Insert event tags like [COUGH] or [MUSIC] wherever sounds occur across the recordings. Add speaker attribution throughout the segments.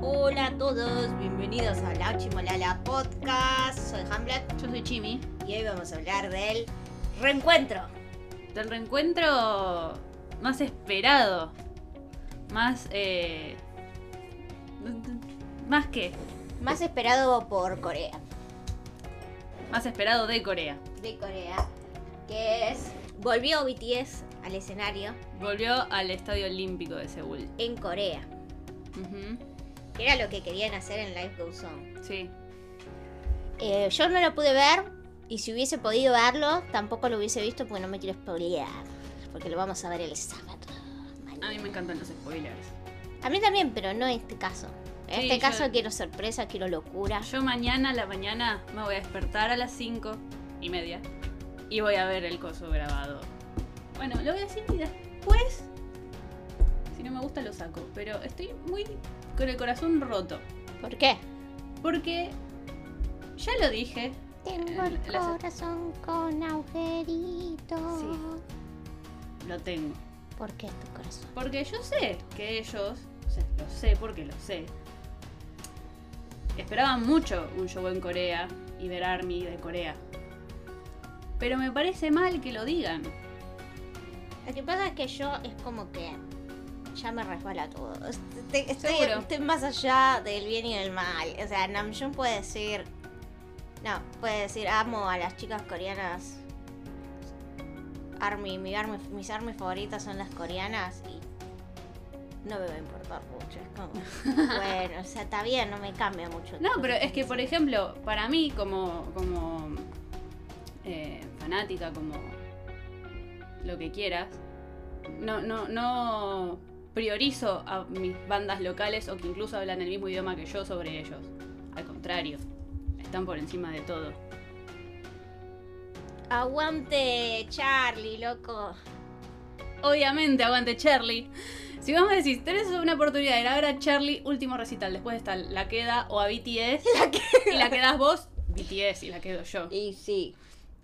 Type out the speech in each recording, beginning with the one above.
Speaker 1: Hola a todos, bienvenidos a La Chimolala Podcast. Soy Hamlet
Speaker 2: Yo soy Chimi.
Speaker 1: y hoy vamos a hablar del reencuentro.
Speaker 2: Del reencuentro más esperado. Más. Eh, más que.
Speaker 1: Más esperado por Corea.
Speaker 2: Más esperado de Corea.
Speaker 1: De Corea. Que es. Volvió BTS al escenario
Speaker 2: Volvió al Estadio Olímpico de Seúl.
Speaker 1: en Corea.
Speaker 2: Ujú,
Speaker 1: Que era lo que querían hacer en Live Goes On.
Speaker 2: Sí.
Speaker 1: Eh, yo no lo pude ver. Y si hubiese podido verlo, tampoco lo hubiese visto porque no me quiero spoilear. Porque lo vamos a ver el sábado.
Speaker 2: A mí me encantan los spoilers.
Speaker 1: A mí también, pero no en este caso. En
Speaker 2: Sí,
Speaker 1: este
Speaker 2: yo-
Speaker 1: caso quiero sorpresa, quiero locura.
Speaker 2: Yo mañana a la mañana me voy a despertar a las 5 y media y voy a ver el coso grabado. Bueno, lo voy a decir y después, si no me gusta, lo saco. Pero estoy muy con el corazón roto.
Speaker 1: ¿Por qué?
Speaker 2: Porque ya lo dije.
Speaker 3: Tengo
Speaker 2: Eh,
Speaker 3: el
Speaker 2: las-
Speaker 3: corazón con agujeritos.
Speaker 2: Sí. Lo tengo.
Speaker 1: ¿Por qué tu corazón?
Speaker 2: Porque yo sé que ellos, o sea, lo sé porque lo sé, esperaban mucho un show en Corea y ver Army de Corea. Pero me parece mal que lo digan.
Speaker 1: Lo que pasa es que yo es como que ya me resbala todo. Estoy, estoy-
Speaker 2: Seguro.
Speaker 1: estoy más allá del bien y del mal. O sea, Namjoon puede decir. No, puede decir amo a las chicas coreanas. Army, mi army- mis armas favoritas son las coreanas y no me va a importar mucho. Es
Speaker 2: [LAUGHS]
Speaker 1: como, bueno, o sea, está bien, no me cambia mucho.
Speaker 2: No, pero es que, por ejemplo, para mí como, como eh, fanática, como lo que quieras, no, no, no priorizo a mis bandas locales o que incluso hablan el mismo idioma que yo sobre ellos. Al contrario, están por encima de todo.
Speaker 1: Aguante, Charlie, loco.
Speaker 2: Obviamente, aguante Charlie. Si vos me decís, tenés una oportunidad de ir a ver a Charlie, último recital, después está La Queda o a BTS. Y la quedás vos, BTS, y la quedo yo.
Speaker 1: Y sí.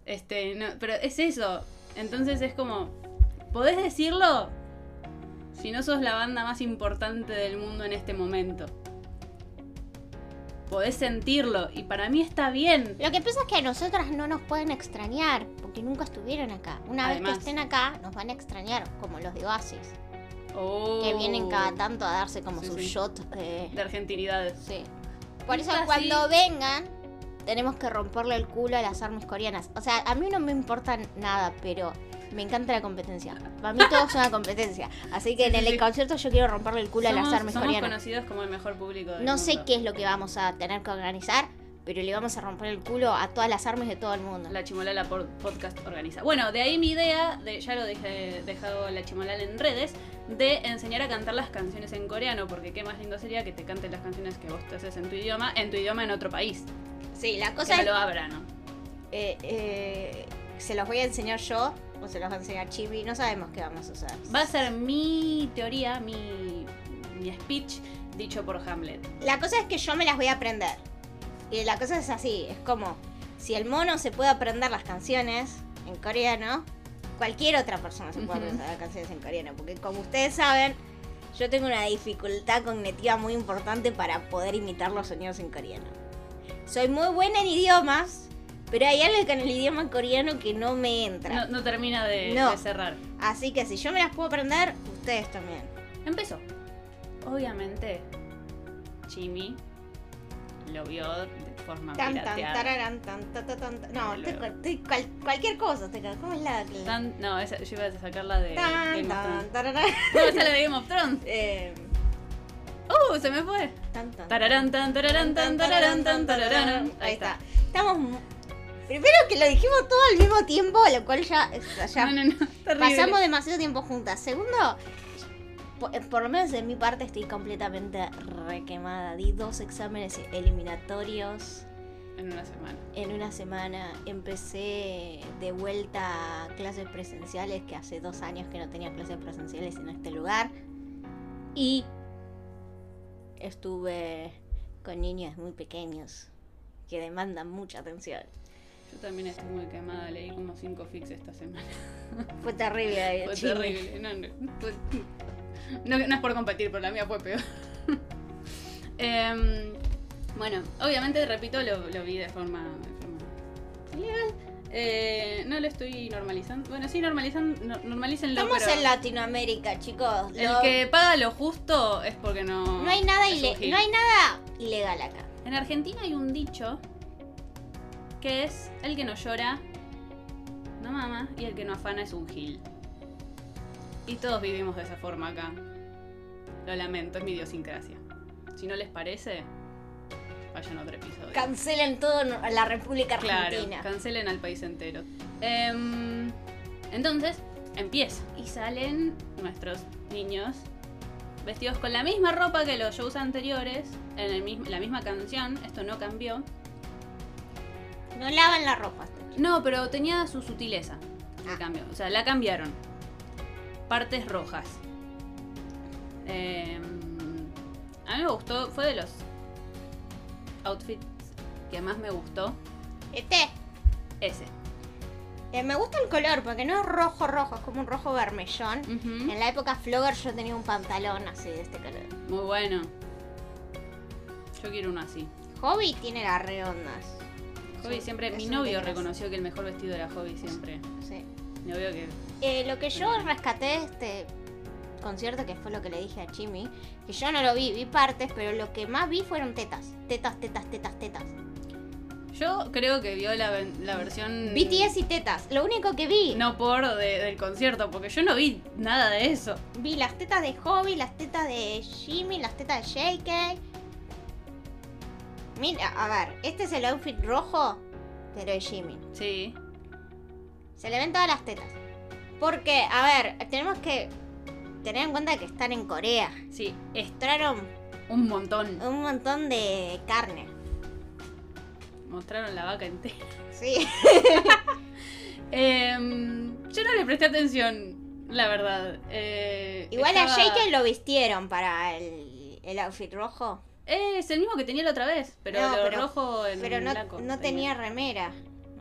Speaker 2: Este, no, pero es eso. Entonces es como, ¿podés decirlo? Si no sos la banda más importante del mundo en este momento. Podés sentirlo, y para mí está bien.
Speaker 3: Lo que pasa es que a nosotras no nos pueden extrañar porque nunca estuvieron acá. Una vez
Speaker 2: Además.
Speaker 3: que estén acá, nos van a extrañar, como los de Oasis,
Speaker 2: Oh.
Speaker 3: que vienen cada tanto a darse como
Speaker 2: Sí,
Speaker 3: sus
Speaker 2: sí.
Speaker 3: shots de.
Speaker 2: De argentinidades.
Speaker 3: Sí. Por eso,
Speaker 2: Quizás
Speaker 3: cuando
Speaker 2: sí.
Speaker 3: vengan, tenemos que romperle el culo a las armas coreanas. O sea, a mí no me importa nada, pero. Me encanta la competencia. Para mí todo es una competencia. Así que
Speaker 2: Sí,
Speaker 3: en
Speaker 2: sí,
Speaker 3: el
Speaker 2: sí.
Speaker 3: concierto yo quiero romperle el culo a las
Speaker 2: somos
Speaker 3: armas
Speaker 2: somos
Speaker 3: coreanas.
Speaker 2: conocidos como el mejor público del
Speaker 3: No sé
Speaker 2: mundo.
Speaker 3: qué es lo que vamos a tener que organizar, pero le vamos a romper el culo a todas las armas de todo el mundo.
Speaker 2: La Chimolala por- Podcast organiza. Bueno, de ahí mi idea, de, ya lo dejé dejado la Chimolala en redes, de enseñar a cantar las canciones en coreano, porque qué más lindo sería que te canten las canciones que vos te haces en tu idioma, en tu idioma en otro país.
Speaker 1: Sí, la
Speaker 2: O
Speaker 1: cosa es
Speaker 2: lo abra, ¿no?
Speaker 1: eh, eh, se los voy a enseñar yo o se los va a enseñar Chibi, no sabemos qué vamos a usar.
Speaker 2: Va a ser mi teoría, mi, mi speech dicho por Hamlet.
Speaker 1: La cosa es que yo me las voy a aprender. Y la cosa es así, es como, si el mono se puede aprender las canciones en coreano, cualquier otra persona se puede
Speaker 2: Ujú.
Speaker 1: aprender las canciones en coreano, porque como ustedes saben, yo tengo una dificultad cognitiva muy importante para poder imitar los sonidos en coreano. Soy muy buena en idiomas, pero hay algo con el idioma coreano que no me entra.
Speaker 2: No, no termina de,
Speaker 1: No.
Speaker 2: de cerrar.
Speaker 1: Así que si yo me las puedo aprender, ustedes también.
Speaker 2: Empezó. Obviamente, Jimmy lo vio de forma
Speaker 1: Tan, tan,
Speaker 2: pirateada.
Speaker 1: tararán, tan, ta, ta, tan, ta. No,
Speaker 2: Luego.
Speaker 1: estoy cual- estoy cual- cualquier cosa. estoy cual- ¿Cómo es la.? la-
Speaker 2: Tan- no, esa, yo iba a sacarla de
Speaker 1: Tan,
Speaker 2: eh, Game of Thrones.
Speaker 1: tan, tararán.
Speaker 2: No, esa la de Game of Thrones.
Speaker 1: Eh,
Speaker 2: ¡Uh! Se me fue.
Speaker 1: tan, tan,
Speaker 2: Tararán, tan, tararán, tan, tararán, tan, tararán. Ahí está.
Speaker 1: Estamos. mu- Primero que lo dijimos todo al mismo tiempo, lo cual ya. o sea, ya
Speaker 2: No, no, no. Terrible.
Speaker 1: pasamos demasiado tiempo juntas. Segundo, po- eh, por, lo menos de mi parte estoy completamente requemada. Di dos exámenes eliminatorios.
Speaker 2: En una semana.
Speaker 1: En una semana empecé de vuelta a clases presenciales, que hace dos años que no tenía clases presenciales en este lugar. Y estuve con niños muy pequeños que demandan mucha atención.
Speaker 2: Yo también estoy muy quemada, leí como cinco fix esta semana.
Speaker 1: Fue terrible.
Speaker 2: Fue
Speaker 1: Chile.
Speaker 2: terrible. No, no, fue- no- no es por competir, pero la mía fue peor. [LAUGHS] Em, bueno, obviamente, repito, lo, lo vi de forma, de forma ilegal. Eh, no lo estoy normalizando. Bueno, sí, normalizan, no, normalícenlo,
Speaker 1: Estamos
Speaker 2: pero
Speaker 1: en Latinoamérica, chicos.
Speaker 2: el
Speaker 1: Lo-
Speaker 2: que paga lo justo es porque no...
Speaker 1: No hay nada
Speaker 2: es un
Speaker 1: ile-
Speaker 2: gil.
Speaker 1: no hay nada ilegal acá.
Speaker 2: En Argentina hay un dicho que es el que no llora no mama y el que no afana es un gil. Y todos vivimos de esa forma acá. Lo lamento, es mi idiosincrasia. Si no les parece, vayan a otro episodio.
Speaker 1: Cancelan todo no- a la República
Speaker 2: claro,
Speaker 1: Argentina.
Speaker 2: cancelen al país entero. Em, entonces, empieza. Y salen nuestros niños vestidos con la misma ropa que los shows anteriores, en el mismo- la misma canción, esto no cambió.
Speaker 1: no lavan la ropa. este
Speaker 2: No, pero tenía su sutileza. El
Speaker 1: Ah.
Speaker 2: cambio. O sea, la cambiaron. Partes rojas. Eh, a mí me gustó, fue de los outfits que más me gustó.
Speaker 1: Este,
Speaker 2: Ese.
Speaker 1: eh, me gusta el color porque no es rojo rojo, es como un rojo vermellón.
Speaker 2: Ujú.
Speaker 1: En la época Flogger yo tenía un pantalón así de este color.
Speaker 2: Muy bueno. Yo quiero uno así.
Speaker 1: Hobby tiene las redondas.
Speaker 2: Hobby
Speaker 1: Son-
Speaker 2: siempre, mi
Speaker 1: son
Speaker 2: novio
Speaker 1: negras.
Speaker 2: reconoció que el mejor vestido era Hobby siempre.
Speaker 1: Sí.
Speaker 2: Mi novio que.
Speaker 1: Eh, lo que yo rescaté de este concierto, que fue lo que le dije a Jimmy, que yo no lo vi, vi partes, pero lo que más vi fueron tetas. Tetas, tetas, tetas, tetas.
Speaker 2: Mm. Yo creo que vio la, ven- la versión.
Speaker 1: BTS y tetas, lo único que vi.
Speaker 2: No por de- del concierto, porque yo no vi nada de eso.
Speaker 1: Vi las tetas de Hobby, las tetas de Jimmy, las tetas de JK. Mira, a ver, este es el outfit rojo, pero de Jimmy.
Speaker 2: Sí.
Speaker 1: Se le ven todas las tetas. Porque, a ver, tenemos que tener en cuenta que están en Corea.
Speaker 2: Sí, es
Speaker 1: Mostraron
Speaker 2: un montón.
Speaker 1: un montón de carne.
Speaker 2: Mostraron la vaca entera.
Speaker 1: Sí.
Speaker 2: Em, yo no le presté atención, la verdad. Eh,
Speaker 1: [LAUGHS] Igual
Speaker 2: estaba-
Speaker 1: a JK lo vistieron para el, el outfit rojo.
Speaker 2: Eh, Es el mismo que tenía la otra vez, pero
Speaker 1: No,
Speaker 2: lo
Speaker 1: pero-
Speaker 2: rojo en
Speaker 1: Pero no,
Speaker 2: blanco.
Speaker 1: no tenía remera.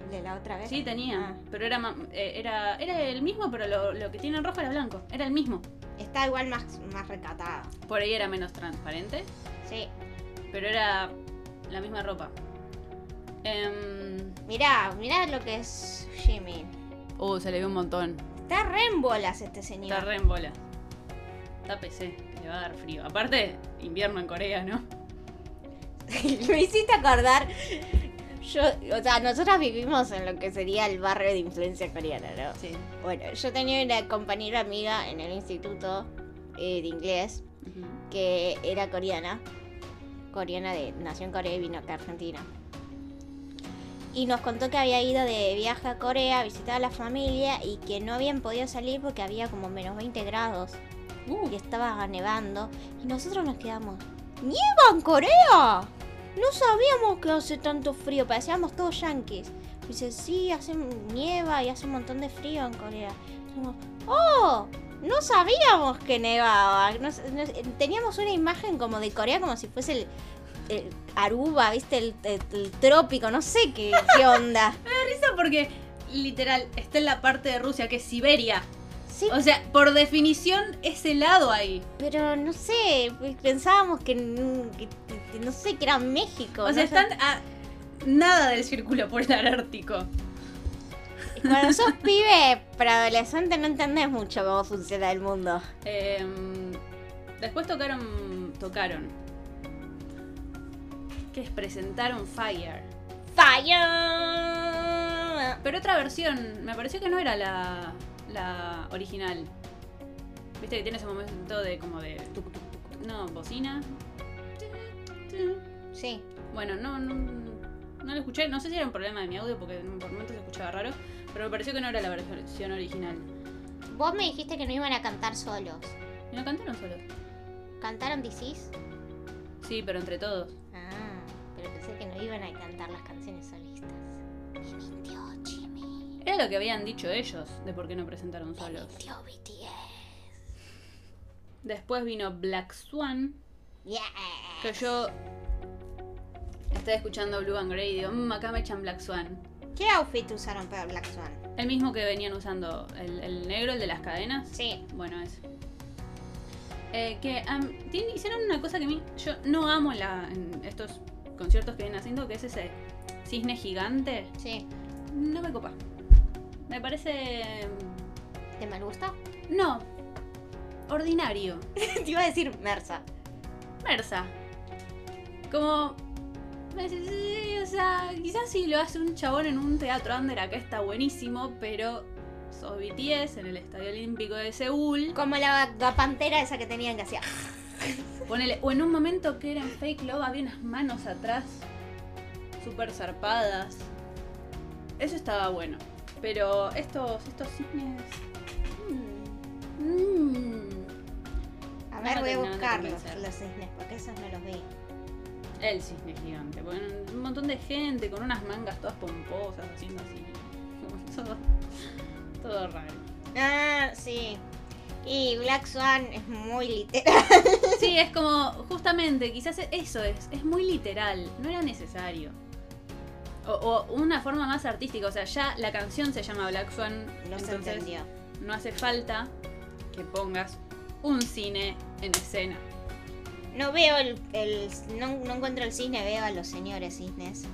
Speaker 1: El de la otra vez.
Speaker 2: Sí, tenía.
Speaker 1: Ah.
Speaker 2: Pero era, ma- eh, era era el mismo, pero lo, lo que tiene en rojo era blanco. Era el mismo.
Speaker 1: Está igual más, más recatada.
Speaker 2: Por ahí era menos transparente,
Speaker 1: Sí.
Speaker 2: pero era la misma ropa. Em,
Speaker 1: Mirá, mirá lo que es Jimmy.
Speaker 2: uh, se le vio un montón.
Speaker 1: Está re en bolas este señor.
Speaker 2: Está re en bola. Tápese, que le va a dar frío. Aparte, invierno en Corea, ¿no?
Speaker 1: [LAUGHS] Me hiciste acordar. Yo, o sea, nosotras vivimos en lo que sería el barrio de influencia coreana, ¿no?
Speaker 2: Sí.
Speaker 1: Bueno, yo tenía una compañera amiga en el instituto eh, de inglés que era coreana. Coreana de. Nació en Corea y vino acá a Argentina. Y nos contó que había ido de viaje a Corea a visitar a la familia y que no habían podido salir porque había como menos 20 grados y estaba nevando. Y nosotros nos quedamos. ¡Nieva en Corea! No sabíamos que hace tanto frío, parecíamos todos yanquis. Dice, sí, hace nieva y hace un montón de frío en Corea. Dijimos, ¡Oh! No sabíamos que nevaba. Nos- nos- teníamos una imagen como de Corea como si fuese el, el Aruba, ¿viste? El, el- el trópico, no sé qué, qué onda.
Speaker 2: Eso porque, literal, está en la parte de Rusia, que es Siberia.
Speaker 1: Sí,
Speaker 2: O sea, por definición, es helado ahí.
Speaker 1: pero no sé, pensábamos que, que- que- no sé, que era México.
Speaker 2: O sea,
Speaker 1: no sé.
Speaker 2: están a nada del círculo polar ártico.
Speaker 1: Cuando sos [LAUGHS] pibe preadolescente no entendés mucho cómo funciona el mundo.
Speaker 2: Em, después tocaron. Tocaron. Que es presentaron Fire.
Speaker 1: ¡Fire!
Speaker 2: Pero otra versión, me pareció que no era la, la original. Viste que tiene ese momento de como de. tuc, tuc, tuc, tuc, No, bocina.
Speaker 1: Sí.
Speaker 2: Bueno, no, no, no lo escuché. No sé si era un problema de mi audio porque en un momento se escuchaba raro. Pero me pareció que no era la versión original.
Speaker 1: Vos me dijiste que no iban a cantar solos.
Speaker 2: Y no cantaron solos.
Speaker 1: ¿Cantaron DCs?
Speaker 2: Sí, pero entre todos.
Speaker 1: Ah, pero pensé que no iban a cantar las canciones solistas. Me mintió Jimmy.
Speaker 2: Era lo que habían dicho ellos de por qué no presentaron
Speaker 1: Me
Speaker 2: solos.
Speaker 1: mintió BTS.
Speaker 2: Después vino Black Swan.
Speaker 1: Yeah.
Speaker 2: Que yo estaba escuchando Blue and Grey y digo, "Mm, acá me echan Black Swan.
Speaker 1: ¿Qué outfit usaron para Black Swan?
Speaker 2: El mismo que venían usando, el, el negro, el de las cadenas.
Speaker 1: Sí.
Speaker 2: Bueno, ese. Eh, que am, tiene- hicieron una cosa que a mí, yo no amo la, en estos conciertos que vienen haciendo, que es ese cisne gigante.
Speaker 4: Sí.
Speaker 2: No me copa. Me parece... mm,
Speaker 4: ¿Te mal gusta?
Speaker 2: No. Ordinario.
Speaker 1: [LAUGHS] Te iba a decir Mersa.
Speaker 2: Mersa. Como. me dice, "Sí, O sea, quizás si lo hace un chabón en un teatro under acá está buenísimo, pero sos BTS en el Estadio Olímpico de Seúl.
Speaker 1: Como la, la pantera esa que tenían que hacía.
Speaker 2: Ponele, o en un momento que era en fake love había unas manos atrás, súper zarpadas. Eso estaba bueno. Pero estos, estos cisnes. mm,
Speaker 1: A
Speaker 2: No
Speaker 1: ver, voy a
Speaker 2: me terminaron de
Speaker 1: buscarlos
Speaker 2: convencer.
Speaker 1: los cisnes, porque esos no los vi.
Speaker 2: El cisne gigante. Bueno, un montón de gente con unas mangas todas pomposas haciendo así. como [LAUGHS] Todo, todo raro.
Speaker 1: Ah, sí. Y Black Swan es muy eh, literal.
Speaker 2: Sí, es como, justamente, quizás eso es. Es muy literal. No era necesario. O, o una forma más artística. O sea, ya la canción se llama Black Swan.
Speaker 1: No se
Speaker 2: entonces
Speaker 1: entendió.
Speaker 2: no hace falta que pongas un cine en escena.
Speaker 1: No veo el. el- no, no encuentro el cisne, veo a los señores cisnes.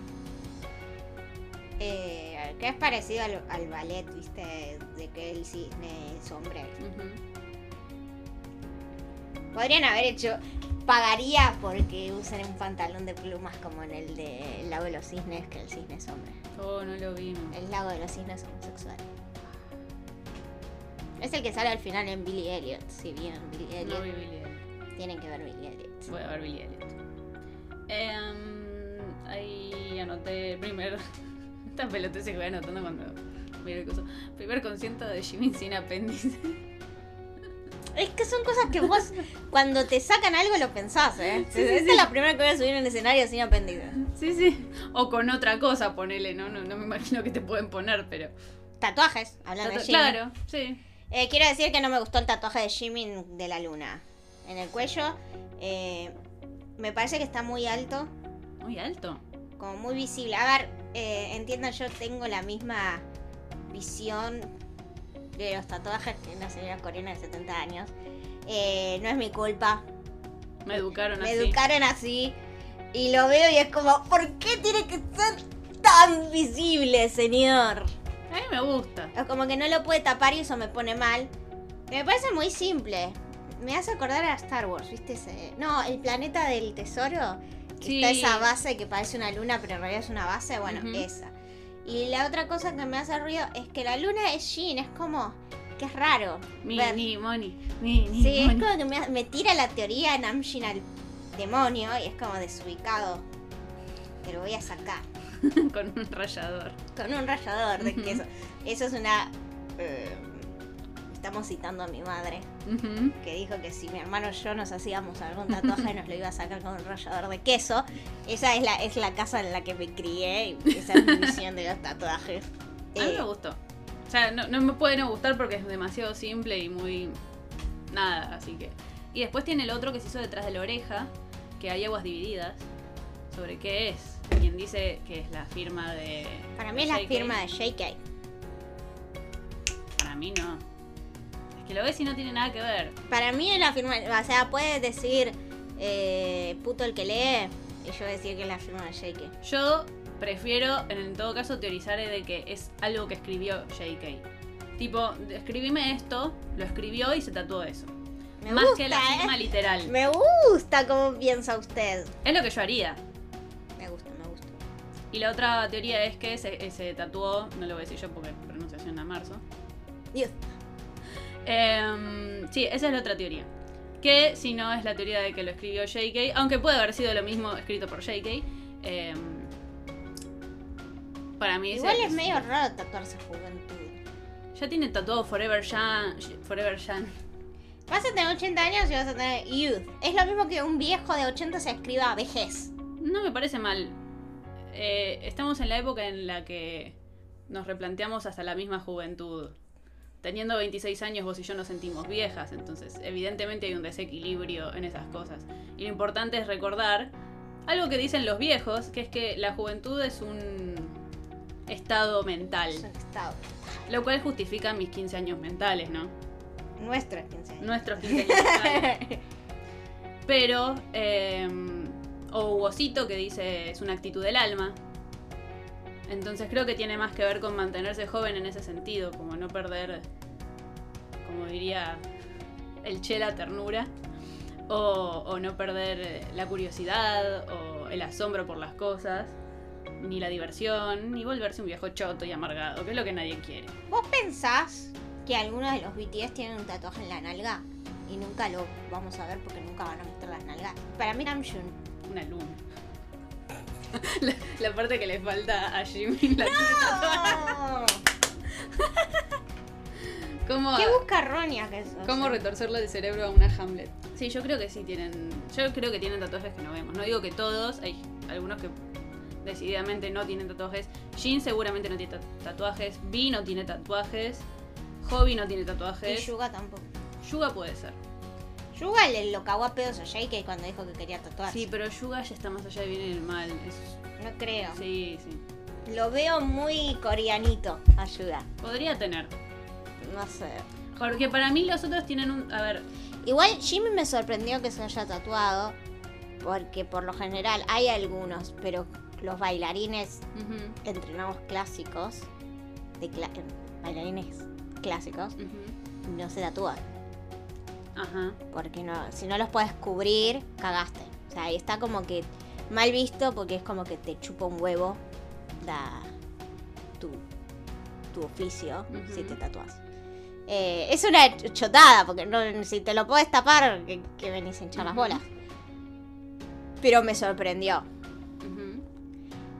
Speaker 1: Eh, que es parecido al, al ballet, viste, de que el cisne es hombre.
Speaker 2: Ujú.
Speaker 1: Podrían haber hecho. Pagaría porque usen un pantalón de plumas como en el de El lago de los cisnes, que el cisne es hombre.
Speaker 2: Oh, no lo vimos.
Speaker 1: El lago de los cisnes homosexual. Es el que sale al final en Billy Elliot. Si vieron Billy
Speaker 2: No
Speaker 1: Elliot,
Speaker 2: vi Billie Eilish.
Speaker 1: tienen que ver Billy Elliot.
Speaker 2: Voy a ver Billy Elliot. Em, ahí anoté [LAUGHS] primero. Estas pelotas que voy anotando cuando miro el coso. Primer concierto de Jimmy sin apéndice. [LAUGHS]
Speaker 1: Es que son cosas que vos, cuando te sacan algo, lo pensás, ¿eh?
Speaker 2: Sí, sí,
Speaker 1: Esa
Speaker 2: sí.
Speaker 1: es la primera que voy a subir en el escenario sin apéndice.
Speaker 2: Sí, sí. O con otra cosa, ponele, ¿no? No, no me imagino que te pueden poner, pero.
Speaker 1: Tatuajes, hablando de
Speaker 2: Tatu-
Speaker 1: Jimmy.
Speaker 2: Claro, sí.
Speaker 1: Eh, quiero decir que no me gustó el tatuaje de Jimmy de la luna. En el cuello, eh, me parece que está muy alto,
Speaker 2: Muy alto.
Speaker 1: como muy visible. A ver, eh, entiendo, yo tengo la misma visión de los tatuajes que una señora coreana de 70 años. Eh, no es mi culpa,
Speaker 2: Me educaron
Speaker 1: me
Speaker 2: así.
Speaker 1: educaron así y lo veo y es como, ¿por qué tiene que ser tan visible, señor?
Speaker 2: A mí me gusta.
Speaker 1: Es como que no lo puede tapar y eso me pone mal. Me parece muy simple. Me hace acordar a Star Wars, ¿viste? Ese? No, el planeta del tesoro. que
Speaker 2: Sí.
Speaker 1: Está esa base que parece una luna, pero en realidad es una base. Bueno,
Speaker 2: Ujú.
Speaker 1: esa. Y la otra cosa que me hace ruido es que la luna es Jean, es como que es raro.
Speaker 2: Mi,
Speaker 1: Ver.
Speaker 2: ni, money. Mi, ni,
Speaker 1: Sí, es
Speaker 2: money.
Speaker 1: como que me, me tira la teoría Namjin al demonio y es como desubicado. Te lo voy a sacar
Speaker 2: [LAUGHS] Con un rayador.
Speaker 1: con un rallador de
Speaker 2: Ujú.
Speaker 1: queso. Eso es una... eh, estamos citando a mi madre,
Speaker 2: Ujú.
Speaker 1: que dijo que si mi hermano y yo nos hacíamos algún tatuaje nos lo iba a sacar con un rallador de queso. Esa es la, es la casa en la que me crié y esa es mi visión de los tatuajes.
Speaker 2: [LAUGHS] A mí
Speaker 1: Eh,
Speaker 2: me gustó. O sea, no, no me puede no gustar porque es demasiado simple y muy. Nada, así que. Y después tiene el otro que se hizo detrás de la oreja, que hay aguas divididas. ¿Sobre qué es? Quien dice que es la firma de.
Speaker 1: para mí es la
Speaker 2: JK.
Speaker 1: firma de JK.
Speaker 2: Para mí no. Es que lo ves y no tiene nada que ver.
Speaker 1: Para mí es la firma, o sea, puedes decir eh, puto el que lee y yo decir que es la firma de Jake.
Speaker 2: Yo prefiero, en todo caso, teorizar de que es algo que escribió J.K. Tipo, escribime esto, lo escribió y se tatuó eso.
Speaker 1: Me
Speaker 2: Más
Speaker 1: gusta,
Speaker 2: que la
Speaker 1: ¿eh?
Speaker 2: firma literal.
Speaker 1: Me gusta cómo piensa usted.
Speaker 2: Es lo que yo haría.
Speaker 1: Me gusta, me gusta.
Speaker 2: Y la otra teoría es que se, se tatuó, no lo voy a decir yo porque pronunciación a marzo.
Speaker 1: Dios.
Speaker 2: Em, sí, esa es la otra teoría. Que si no es la teoría de que lo escribió JK, aunque puede haber sido lo mismo escrito por JK. em, para mí ese
Speaker 1: Igual es medio raro tatuarse juventud.
Speaker 2: Ya tiene tatuado Forever Jan. Forever Jan.
Speaker 1: Vas a tener 80 años y vas a tener youth. Es lo mismo que un viejo de 80 se escriba vejez.
Speaker 2: No me parece mal. Eh, estamos en la época en la que nos replanteamos hasta la misma juventud. Teniendo 26 años, vos y yo nos sentimos viejas, entonces evidentemente hay un desequilibrio en esas cosas. Y lo importante es recordar algo que dicen los viejos, que es que la juventud es un estado mental.
Speaker 5: Es un estado.
Speaker 2: Lo cual justifica mis 15 años mentales, ¿no?
Speaker 5: Nuestros 15 años. [LAUGHS]
Speaker 2: Nuestros 15 años mentales. Pero, eh, o Hugo'sito que dice es una actitud del alma. Entonces creo que tiene más que ver con mantenerse joven en ese sentido, como no perder, como diría el che, la ternura. O, o no perder la curiosidad, o el asombro por las cosas, ni la diversión, ni volverse un viejo choto y amargado, que es lo que nadie quiere.
Speaker 5: ¿Vos pensás que algunos de los BTS tienen un tatuaje en la nalga? Y nunca lo vamos a ver porque nunca van a mostrar las nalgas. Para mí,
Speaker 2: [LAUGHS]
Speaker 5: Namjoon.
Speaker 2: Una luna. La, la parte que le falta a Jimmy. La
Speaker 5: ¡Oh!
Speaker 2: ¿Cómo,
Speaker 5: ¡Qué buscarronia que eso!
Speaker 2: cómo retorcerle el cerebro a una Hamlet? Sí, yo creo que sí tienen. Yo creo que tienen tatuajes que no vemos. No digo que todos, hay algunos que decididamente no tienen tatuajes. Jin seguramente no tiene ta- tatuajes. Vi no tiene tatuajes. Hobby no tiene
Speaker 5: Y
Speaker 2: tatuajes.
Speaker 5: Yuga tampoco.
Speaker 2: Yuga puede ser.
Speaker 5: Yuga le lo cagó a pedos a Jake cuando dijo que quería tatuarse.
Speaker 2: Sí, pero Yuga ya está más allá de bien y del mal. Es-
Speaker 5: No creo.
Speaker 2: sí, sí.
Speaker 5: Lo veo muy coreanito. Ayuda.
Speaker 2: Podría tener.
Speaker 5: No sé.
Speaker 2: Porque para mí los otros tienen un. A ver,
Speaker 1: Igual Jimmy me sorprendió que se haya tatuado, porque por lo general hay algunos, pero los bailarines
Speaker 2: ujú,
Speaker 1: entrenados clásicos, de cla- eh, bailarines clásicos,
Speaker 2: ujú,
Speaker 1: no se tatúan,
Speaker 2: ajá.
Speaker 1: porque no, si no los puedes cubrir, cagaste. O sea, y está como que mal visto porque es como que te chupa un huevo la, tu, tu oficio
Speaker 2: Ujú.
Speaker 1: si te tatuas. Eh, es una ch- chotada, porque no, si te lo puedes tapar, que, que venís a hinchar las
Speaker 2: Ujú.
Speaker 1: bolas. Pero me sorprendió.
Speaker 2: ujú.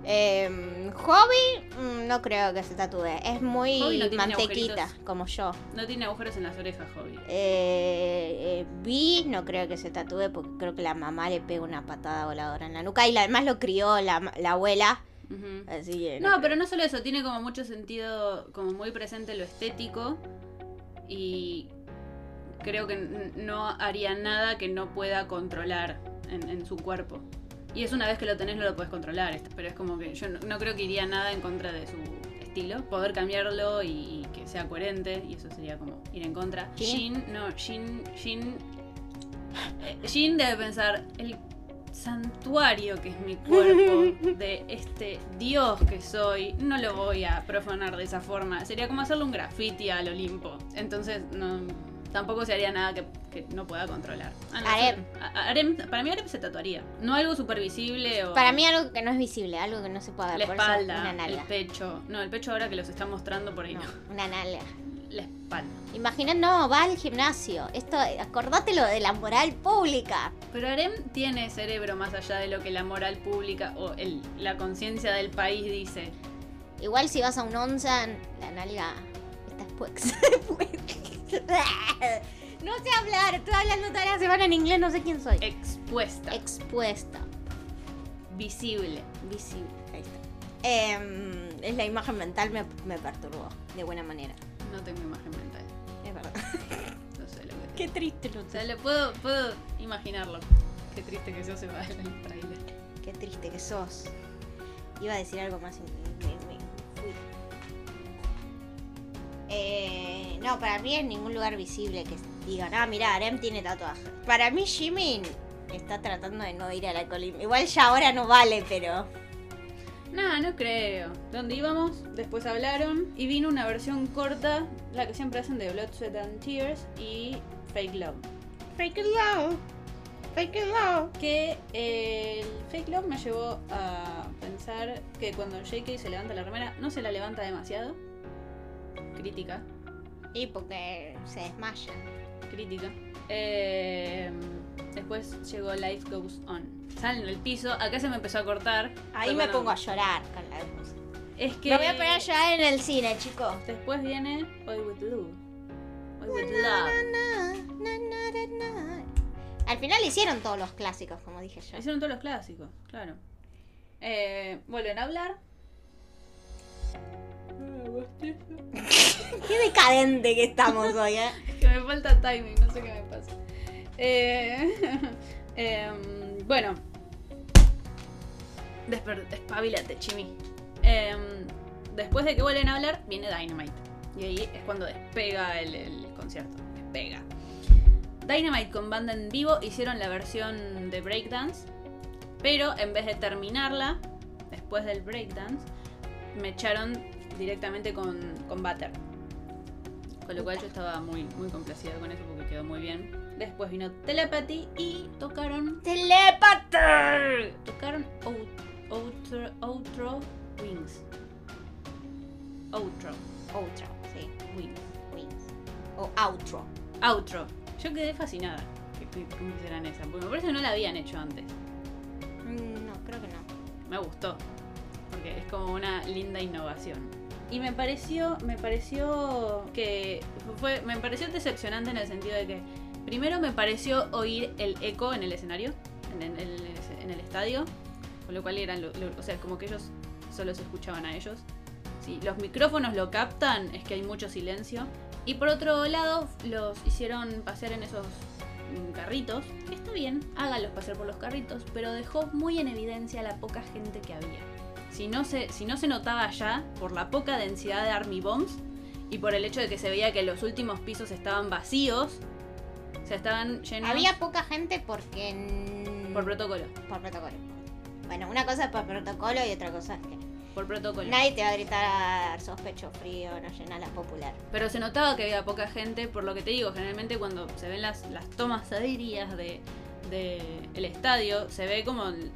Speaker 1: Eh, hobby, mm, no creo que se tatúe. Es muy
Speaker 2: Hobby no tiene
Speaker 1: mantequita,
Speaker 2: agujeritos.
Speaker 1: como yo.
Speaker 2: No tiene agujeros en las orejas, Hobby.
Speaker 1: Eh, eh, Vi, no creo que se tatúe porque creo que la mamá le pega una patada voladora en la nuca y la- además lo crió la, ma- la abuela.
Speaker 2: Ujú.
Speaker 1: Así que
Speaker 2: No, pero no solo eso, tiene como mucho sentido, como muy presente lo estético y creo que n- no haría nada que no pueda controlar en, en su cuerpo. Y es una vez que lo tenés no lo puedes controlar, est- pero es como que yo no, no creo que iría nada en contra de su estilo, poder cambiarlo y, y que sea coherente y eso sería como ir en contra.
Speaker 1: ¿Quién?
Speaker 2: Jin, no, Jin, Jin, eh, Jin debe pensar el santuario que es mi cuerpo, de este dios que soy, no lo voy a profanar de esa forma. Sería como hacerle un graffiti al Olimpo. Entonces, no, tampoco se haría nada que, que no pueda controlar. Ah, no,
Speaker 1: Harem.
Speaker 2: a- a- harem- Para mí, Arem se tatuaría. No algo súper visible o.
Speaker 1: Para mí algo que no es visible, algo que no se puede ver.
Speaker 2: La
Speaker 1: por eso,
Speaker 2: espalda,
Speaker 1: una
Speaker 2: el
Speaker 1: nalga.
Speaker 2: pecho. No, el pecho ahora que los está mostrando por ahí
Speaker 1: No,
Speaker 2: no.
Speaker 1: una nalga.
Speaker 2: La espalda.
Speaker 1: Imagina, no, va al gimnasio. Esto, acordátelo de la moral pública.
Speaker 2: Pero Arem tiene cerebro más allá de lo que la moral pública o el- la conciencia del país dice.
Speaker 1: Igual si vas a un onzan, la nalga está expuesta. [LAUGHS] no sé hablar, estoy hablando toda la semana en inglés, no sé quién soy.
Speaker 2: Expuesta,
Speaker 1: Expuesta,
Speaker 2: visible.
Speaker 1: visible.
Speaker 5: Ahí está. Em, es la imagen mental me, me perturbó. De buena manera.
Speaker 2: No tengo imagen mental.
Speaker 5: Es verdad.
Speaker 2: No sé lo que tengo.
Speaker 5: Qué triste, no
Speaker 2: O sea, le puedo, puedo imaginarlo. Qué triste que eso se va el trailer.
Speaker 5: Qué triste que sos. Iba a decir algo más. y Me, me fui. Eh, no, para mí en ningún lugar visible que digan, ah, mira, Arem tiene tatuaje. Para mí Jimin está tratando de no ir a la colina. Igual ya ahora no vale, pero...
Speaker 2: No, no creo. ¿Dónde íbamos? Después hablaron y vino una versión corta, la que siempre hacen de Blood, Sweat and Tears y Fake Love.
Speaker 5: Fake love. Fake love.
Speaker 2: Que eh, el Fake Love me llevó a pensar que cuando JK se levanta la remera, no se la levanta demasiado. Crítica.
Speaker 5: Y porque se desmaya.
Speaker 2: crítica. Eh, después llegó Life Goes On. Salen del piso, acá se me empezó a cortar.
Speaker 5: Ahí
Speaker 2: Pero
Speaker 5: me
Speaker 2: bueno,
Speaker 5: pongo a llorar con la música.
Speaker 2: Es que
Speaker 5: Me voy a poner a llorar en el cine, chicos.
Speaker 2: después viene Hoy With Love. Hoy With Love.
Speaker 5: Na, na, na, na, na. Al final hicieron todos los clásicos, como dije yo.
Speaker 2: Hicieron todos los clásicos, claro. Eh, vuelven a hablar.
Speaker 5: Qué decadente que estamos hoy,
Speaker 1: [LAUGHS]
Speaker 5: ¿eh?
Speaker 2: Que me falta timing, no sé qué me pasa. Eh, [LAUGHS] em, bueno. Desper- Espabilate, Chimi. Em, después de que vuelven a hablar, viene Dynamite. Y ahí es cuando despega el, el concierto. Despega. Dynamite con banda en vivo hicieron la versión de breakdance, pero en vez de terminarla, después del breakdance, me echaron directamente con, con Butter. Con lo cual yo estaba muy, muy complacida con eso porque quedó muy bien. Después vino Telepathy y tocaron
Speaker 5: ¡Telepata!
Speaker 2: tocaron out, outro, outro Wings. Outro
Speaker 1: Outro, sí.
Speaker 2: Wings.
Speaker 1: Wings. O outro.
Speaker 2: Outro. Yo quedé fascinada. que- que- ¿Cómo hicieran esa? Porque me parece que no la habían hecho antes.
Speaker 1: Mm, No, creo que no.
Speaker 2: Me gustó. Porque es como una linda innovación. Y me pareció, me pareció que fue, me pareció decepcionante en el sentido de que primero me pareció oír el eco en el escenario, en, en el, en el estadio, con lo cual eran, lo- lo- o sea, como que ellos solo se escuchaban a ellos. Si los micrófonos lo captan, es que hay mucho silencio. Y por otro lado, los hicieron pasear en esos mm, carritos. que Está bien, háganlos pasear por los carritos, pero dejó muy en evidencia la poca gente que había. Si no se, si no se notaba ya por la poca densidad de Army Bombs y por el hecho de que se veía que los últimos pisos estaban vacíos, o sea, estaban llenos
Speaker 1: Había poca gente porque. n-
Speaker 2: por protocolo.
Speaker 1: por protocolo. Bueno, una cosa es por protocolo y otra cosa es que
Speaker 2: Por protocolo.
Speaker 1: nadie te va a gritar sospecho frío, no llena la popular.
Speaker 2: Pero se notaba que había poca gente, por lo que te digo, generalmente cuando se ven las, las tomas aéreas de, de el estadio, se ve como el-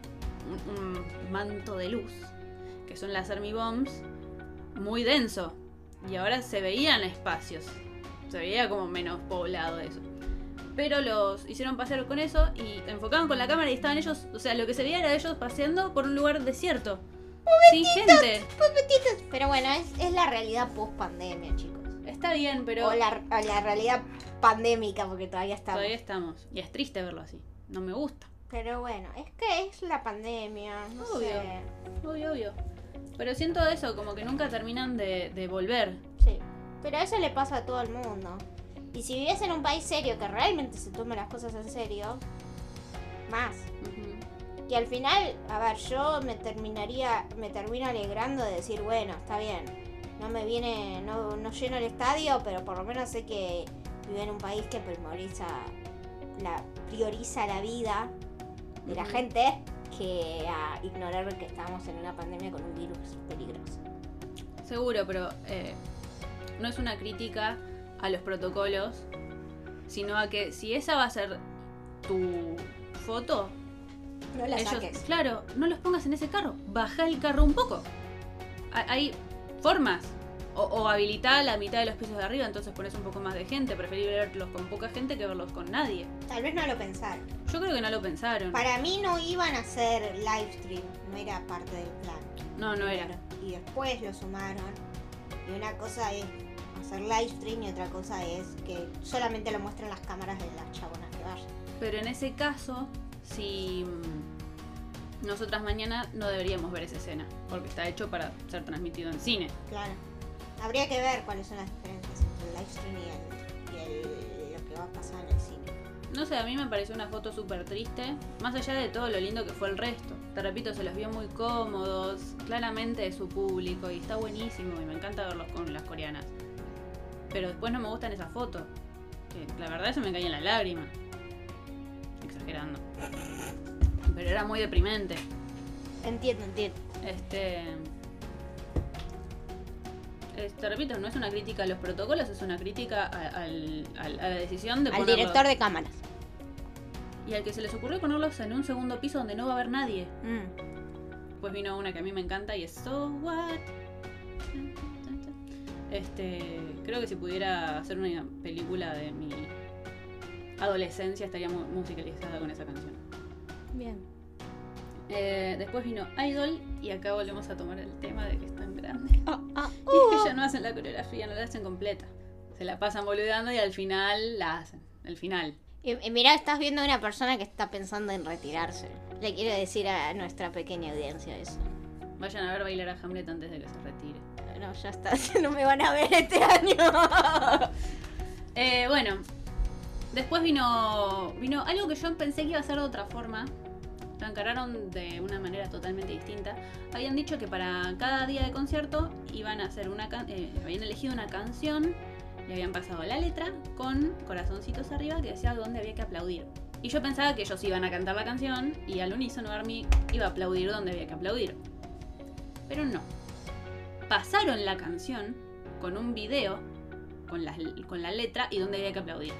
Speaker 2: un, un manto de luz, que son las Army Bombs, muy denso. Y ahora se veían espacios, se veía como menos poblado eso. Pero los hicieron pasear con eso y enfocaban con la cámara y estaban ellos, o sea, lo que se veía era ellos paseando por un lugar desierto. Sin gente.
Speaker 1: Pero bueno, es, es la realidad post pandemia, chicos.
Speaker 2: Está bien, pero...
Speaker 1: o, la, o la realidad pandémica, porque todavía estamos.
Speaker 2: Todavía estamos. Y es triste verlo así. No me gusta.
Speaker 1: Pero bueno, es que es la pandemia, no
Speaker 2: Obvio.
Speaker 1: sé.
Speaker 2: Obvio, obvio. Pero siento eso, como que nunca terminan de, de volver.
Speaker 1: Sí. Pero eso le pasa a todo el mundo. Y si vives en un país serio que realmente se toma las cosas en serio, más. Y al final, a ver, yo me terminaría, me termino alegrando de decir, bueno, está bien, no me viene, no, no lleno el estadio, pero por lo menos sé que vivo en un país que prioriza la, prioriza la vida de la
Speaker 2: Ujú.
Speaker 1: gente que a ignorar que estamos en una pandemia con un virus peligroso.
Speaker 2: Seguro, pero eh, no es una crítica a los protocolos, sino a que si esa va a ser tu foto,
Speaker 1: No la
Speaker 2: ellos-
Speaker 1: saques.
Speaker 2: claro, no los pongas en ese carro. Baja el carro un poco. Ha- Hay formas. O, o habilita la mitad de los pisos de arriba, entonces pones un poco más de gente. Preferible verlos con poca gente que verlos con nadie.
Speaker 1: Tal vez no lo pensaron.
Speaker 2: Yo creo que no lo pensaron.
Speaker 1: Para mí no iban a hacer live stream, no era parte del plan.
Speaker 2: No, no era.
Speaker 1: Y después lo sumaron. Y una cosa es hacer live stream y otra cosa es que solamente lo muestran las cámaras de las chabonas que vayan.
Speaker 2: Pero en ese caso, si mm, nosotras mañana no deberíamos ver esa escena, porque está hecho para ser transmitido en cine.
Speaker 1: Claro. Habría que ver cuáles son las diferencias entre el live stream y, el, y el- lo que va a pasar en el cine.
Speaker 2: No sé, a mí me pareció una foto súper triste, más allá de todo lo lindo que fue el resto. Te repito, se los vio muy cómodos, claramente de su público, y está buenísimo, y me encanta verlos con las coreanas. Pero después no me gustan esas fotos. que La verdad, eso me caía en la lágrima. Exagerando. Pero era muy deprimente.
Speaker 1: Entiendo, entiendo.
Speaker 2: Este. es- Te este, repito, no es una crítica a los protocolos, es una crítica a, al- al- a la decisión de
Speaker 1: Al
Speaker 2: ponerlos-
Speaker 1: director de cámaras.
Speaker 2: Y al que se les ocurrió ponerlos en un segundo piso donde no va a haber nadie.
Speaker 1: Mm.
Speaker 2: Pues vino una que a mí me encanta y es So What. Este. Creo que si pudiera hacer una película de mi adolescencia estaría mu- musicalizada con esa canción.
Speaker 1: Bien.
Speaker 2: Eh, después vino Idol y acá volvemos a tomar el tema de que es tan grande. Y es que ya no hacen la coreografía, no la hacen completa. Se la pasan boludeando y al final la hacen. El final.
Speaker 1: mirá, estás viendo a una persona que está pensando en retirarse. Le quiero decir a nuestra pequeña audiencia eso.
Speaker 2: Vayan a ver bailar a Hamlet antes de que se retire.
Speaker 1: No, ya está, [LAUGHS] no me van a ver este año.
Speaker 2: Eh, bueno, después vino, vino algo que yo pensé que iba a ser de otra forma. lo encararon de una manera totalmente distinta. Habían dicho que para cada día de concierto iban a hacer una can- eh, habían elegido una canción, le habían pasado la letra con corazoncitos arriba que decía dónde había que aplaudir. Y yo pensaba que ellos iban a cantar la canción y al unísono Army iba a aplaudir donde había que aplaudir. Pero no. Pasaron la canción con un video con la, con la letra y donde había que aplaudir.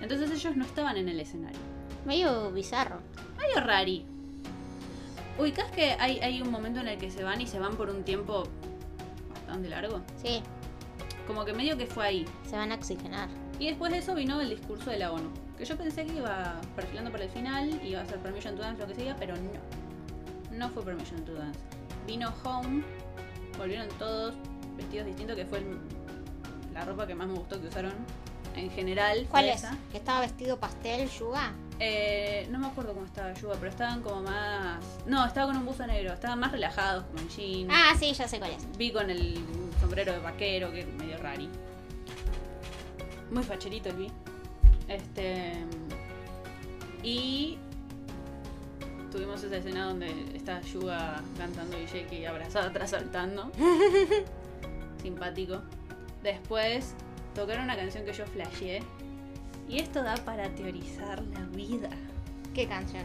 Speaker 2: Entonces ellos no estaban en el escenario.
Speaker 1: Medio bizarro.
Speaker 2: Medio rari. Ubicás que hay, hay un momento en el que se van y se van por un tiempo bastante largo.
Speaker 1: Sí,
Speaker 2: Como que medio que fue ahí.
Speaker 1: se van a oxigenar.
Speaker 2: Y después de eso vino el discurso de la ONU. Que yo pensé que iba perfilando para el final, iba a ser Permission to Dance lo que seguía, pero no. No fue Permission to Dance. Vino Home, volvieron todos vestidos distintos, que fue el- la ropa que más me gustó que usaron en general. fue
Speaker 1: ¿Cuál es?
Speaker 2: esa.
Speaker 1: Que estaba vestido pastel, yuga.
Speaker 2: Eh, no me acuerdo cómo estaba Yuga, pero estaban como más. No, estaba con un buzo negro, estaban más relajados, como en jean.
Speaker 1: Ah, sí, ya sé cuál es.
Speaker 2: Vi con el sombrero de vaquero, que es medio rari. Muy facherito el vi. Este. Y. Tuvimos esa escena donde está Yuga cantando y Jackie abrazada atrás saltando. Simpático. Después tocaron una canción que yo flasheé. Y esto da para teorizar la vida.
Speaker 1: ¿Qué canción?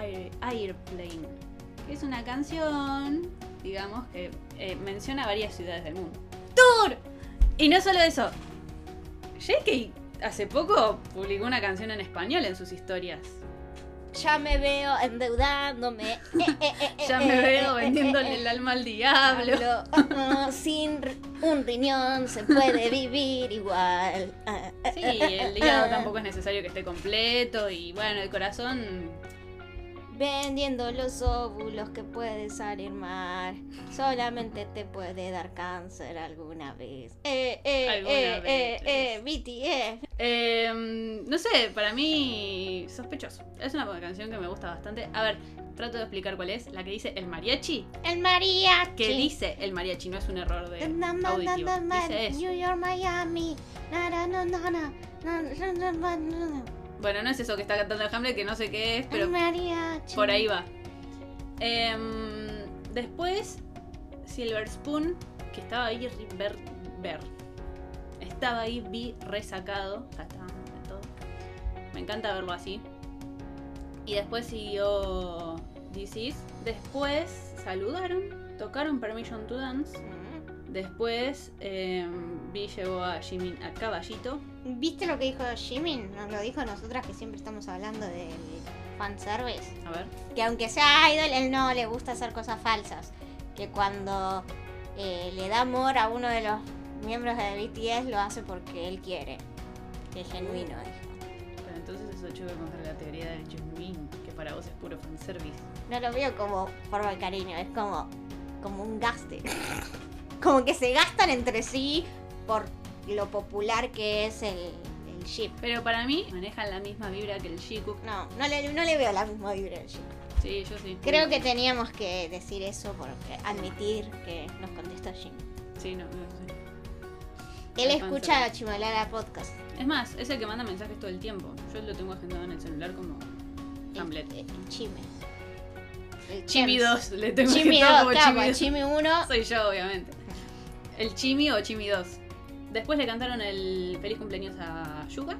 Speaker 2: Air- Airplane, que es una canción, digamos, que eh, menciona varias ciudades del mundo. ¡Tour! Y no solo eso, Jake hace poco publicó una canción en español en sus historias.
Speaker 1: Ya me veo [LAUGHS] endeudándome. Eh,
Speaker 2: Ya me veo vendiéndole el alma al diablo.
Speaker 1: eh, Ah, Sin un riñón se
Speaker 2: [LAUGHS]
Speaker 1: puede vivir igual. Ah,
Speaker 2: Sí, el hígado tampoco es necesario que esté completo y bueno, el corazón...
Speaker 1: Vendiendo los óvulos que puede salir mal. Solamente te puede dar cáncer alguna vez. Eh, eh,
Speaker 2: Alguna
Speaker 1: eh,
Speaker 2: vez.
Speaker 1: eh, eh, BTS.
Speaker 2: eh, no sé, para mí sospechoso. Es una canción que me gusta bastante. A ver, trato de explicar cuál es. La que dice el mariachi.
Speaker 1: El mariachi.
Speaker 2: que dice el mariachi, no es un error de
Speaker 1: Na, na, na,
Speaker 2: auditivo.
Speaker 1: na, na,
Speaker 2: Dice eso.
Speaker 1: New York, Miami. Na, na, na, na, na, na, na, na, na, na.
Speaker 2: Bueno, no es eso que está cantando el Hamlet, que no sé qué es, pero
Speaker 1: El mariachi.
Speaker 2: por ahí va. Em, después, Silver Spoon, que estaba ahí re- ver, ver. Estaba ahí, vi resacado. Acá está, de todo. Me encanta verlo así. Y después siguió This Is. Después saludaron, tocaron Permission to Dance.
Speaker 1: Mm.
Speaker 2: Después em, Vi llegó a Jimin a caballito.
Speaker 1: ¿Viste lo que dijo Jimin? Nos lo dijo a nosotras que siempre estamos hablando del fanservice.
Speaker 2: A ver.
Speaker 1: que aunque sea idol, él no le gusta hacer cosas falsas. Que cuando eh, le da amor a uno de los miembros de BTS, lo hace porque él quiere. Que es genuino,
Speaker 2: Mm.
Speaker 1: dijo.
Speaker 2: Pero entonces eso choca contra la teoría de Jimin, que para vos es puro fanservice.
Speaker 1: No lo veo como forma de cariño, es como, como un gaste. [LAUGHS] como que se gastan entre sí por lo popular que es el, el ship.
Speaker 2: Pero para mí manejan la misma vibra que el Shikook.
Speaker 1: No, no le, no le veo la misma vibra al ship.
Speaker 2: Sí, yo sí.
Speaker 1: Creo que teníamos que decir eso porque admitir que nos contestó Jim.
Speaker 2: Sí, no, no, sí.
Speaker 1: Él
Speaker 2: El
Speaker 1: escucha
Speaker 2: fanservice.
Speaker 1: a Chimalara Podcast.
Speaker 2: Es más, es el que manda mensajes todo el tiempo. Yo lo tengo agendado en el celular como Hamlet.
Speaker 1: El, el chime. El
Speaker 2: Chimi
Speaker 1: Chems.
Speaker 2: 2, le [LAUGHS] tengo
Speaker 1: Chimi 2,
Speaker 2: agendado como
Speaker 1: claro,
Speaker 2: Chimi
Speaker 1: el
Speaker 2: 2.
Speaker 1: Chimi 1.
Speaker 2: [LAUGHS] Soy yo, obviamente. El Chimi o Chimi 2. Después le cantaron el feliz cumpleaños a Yuga.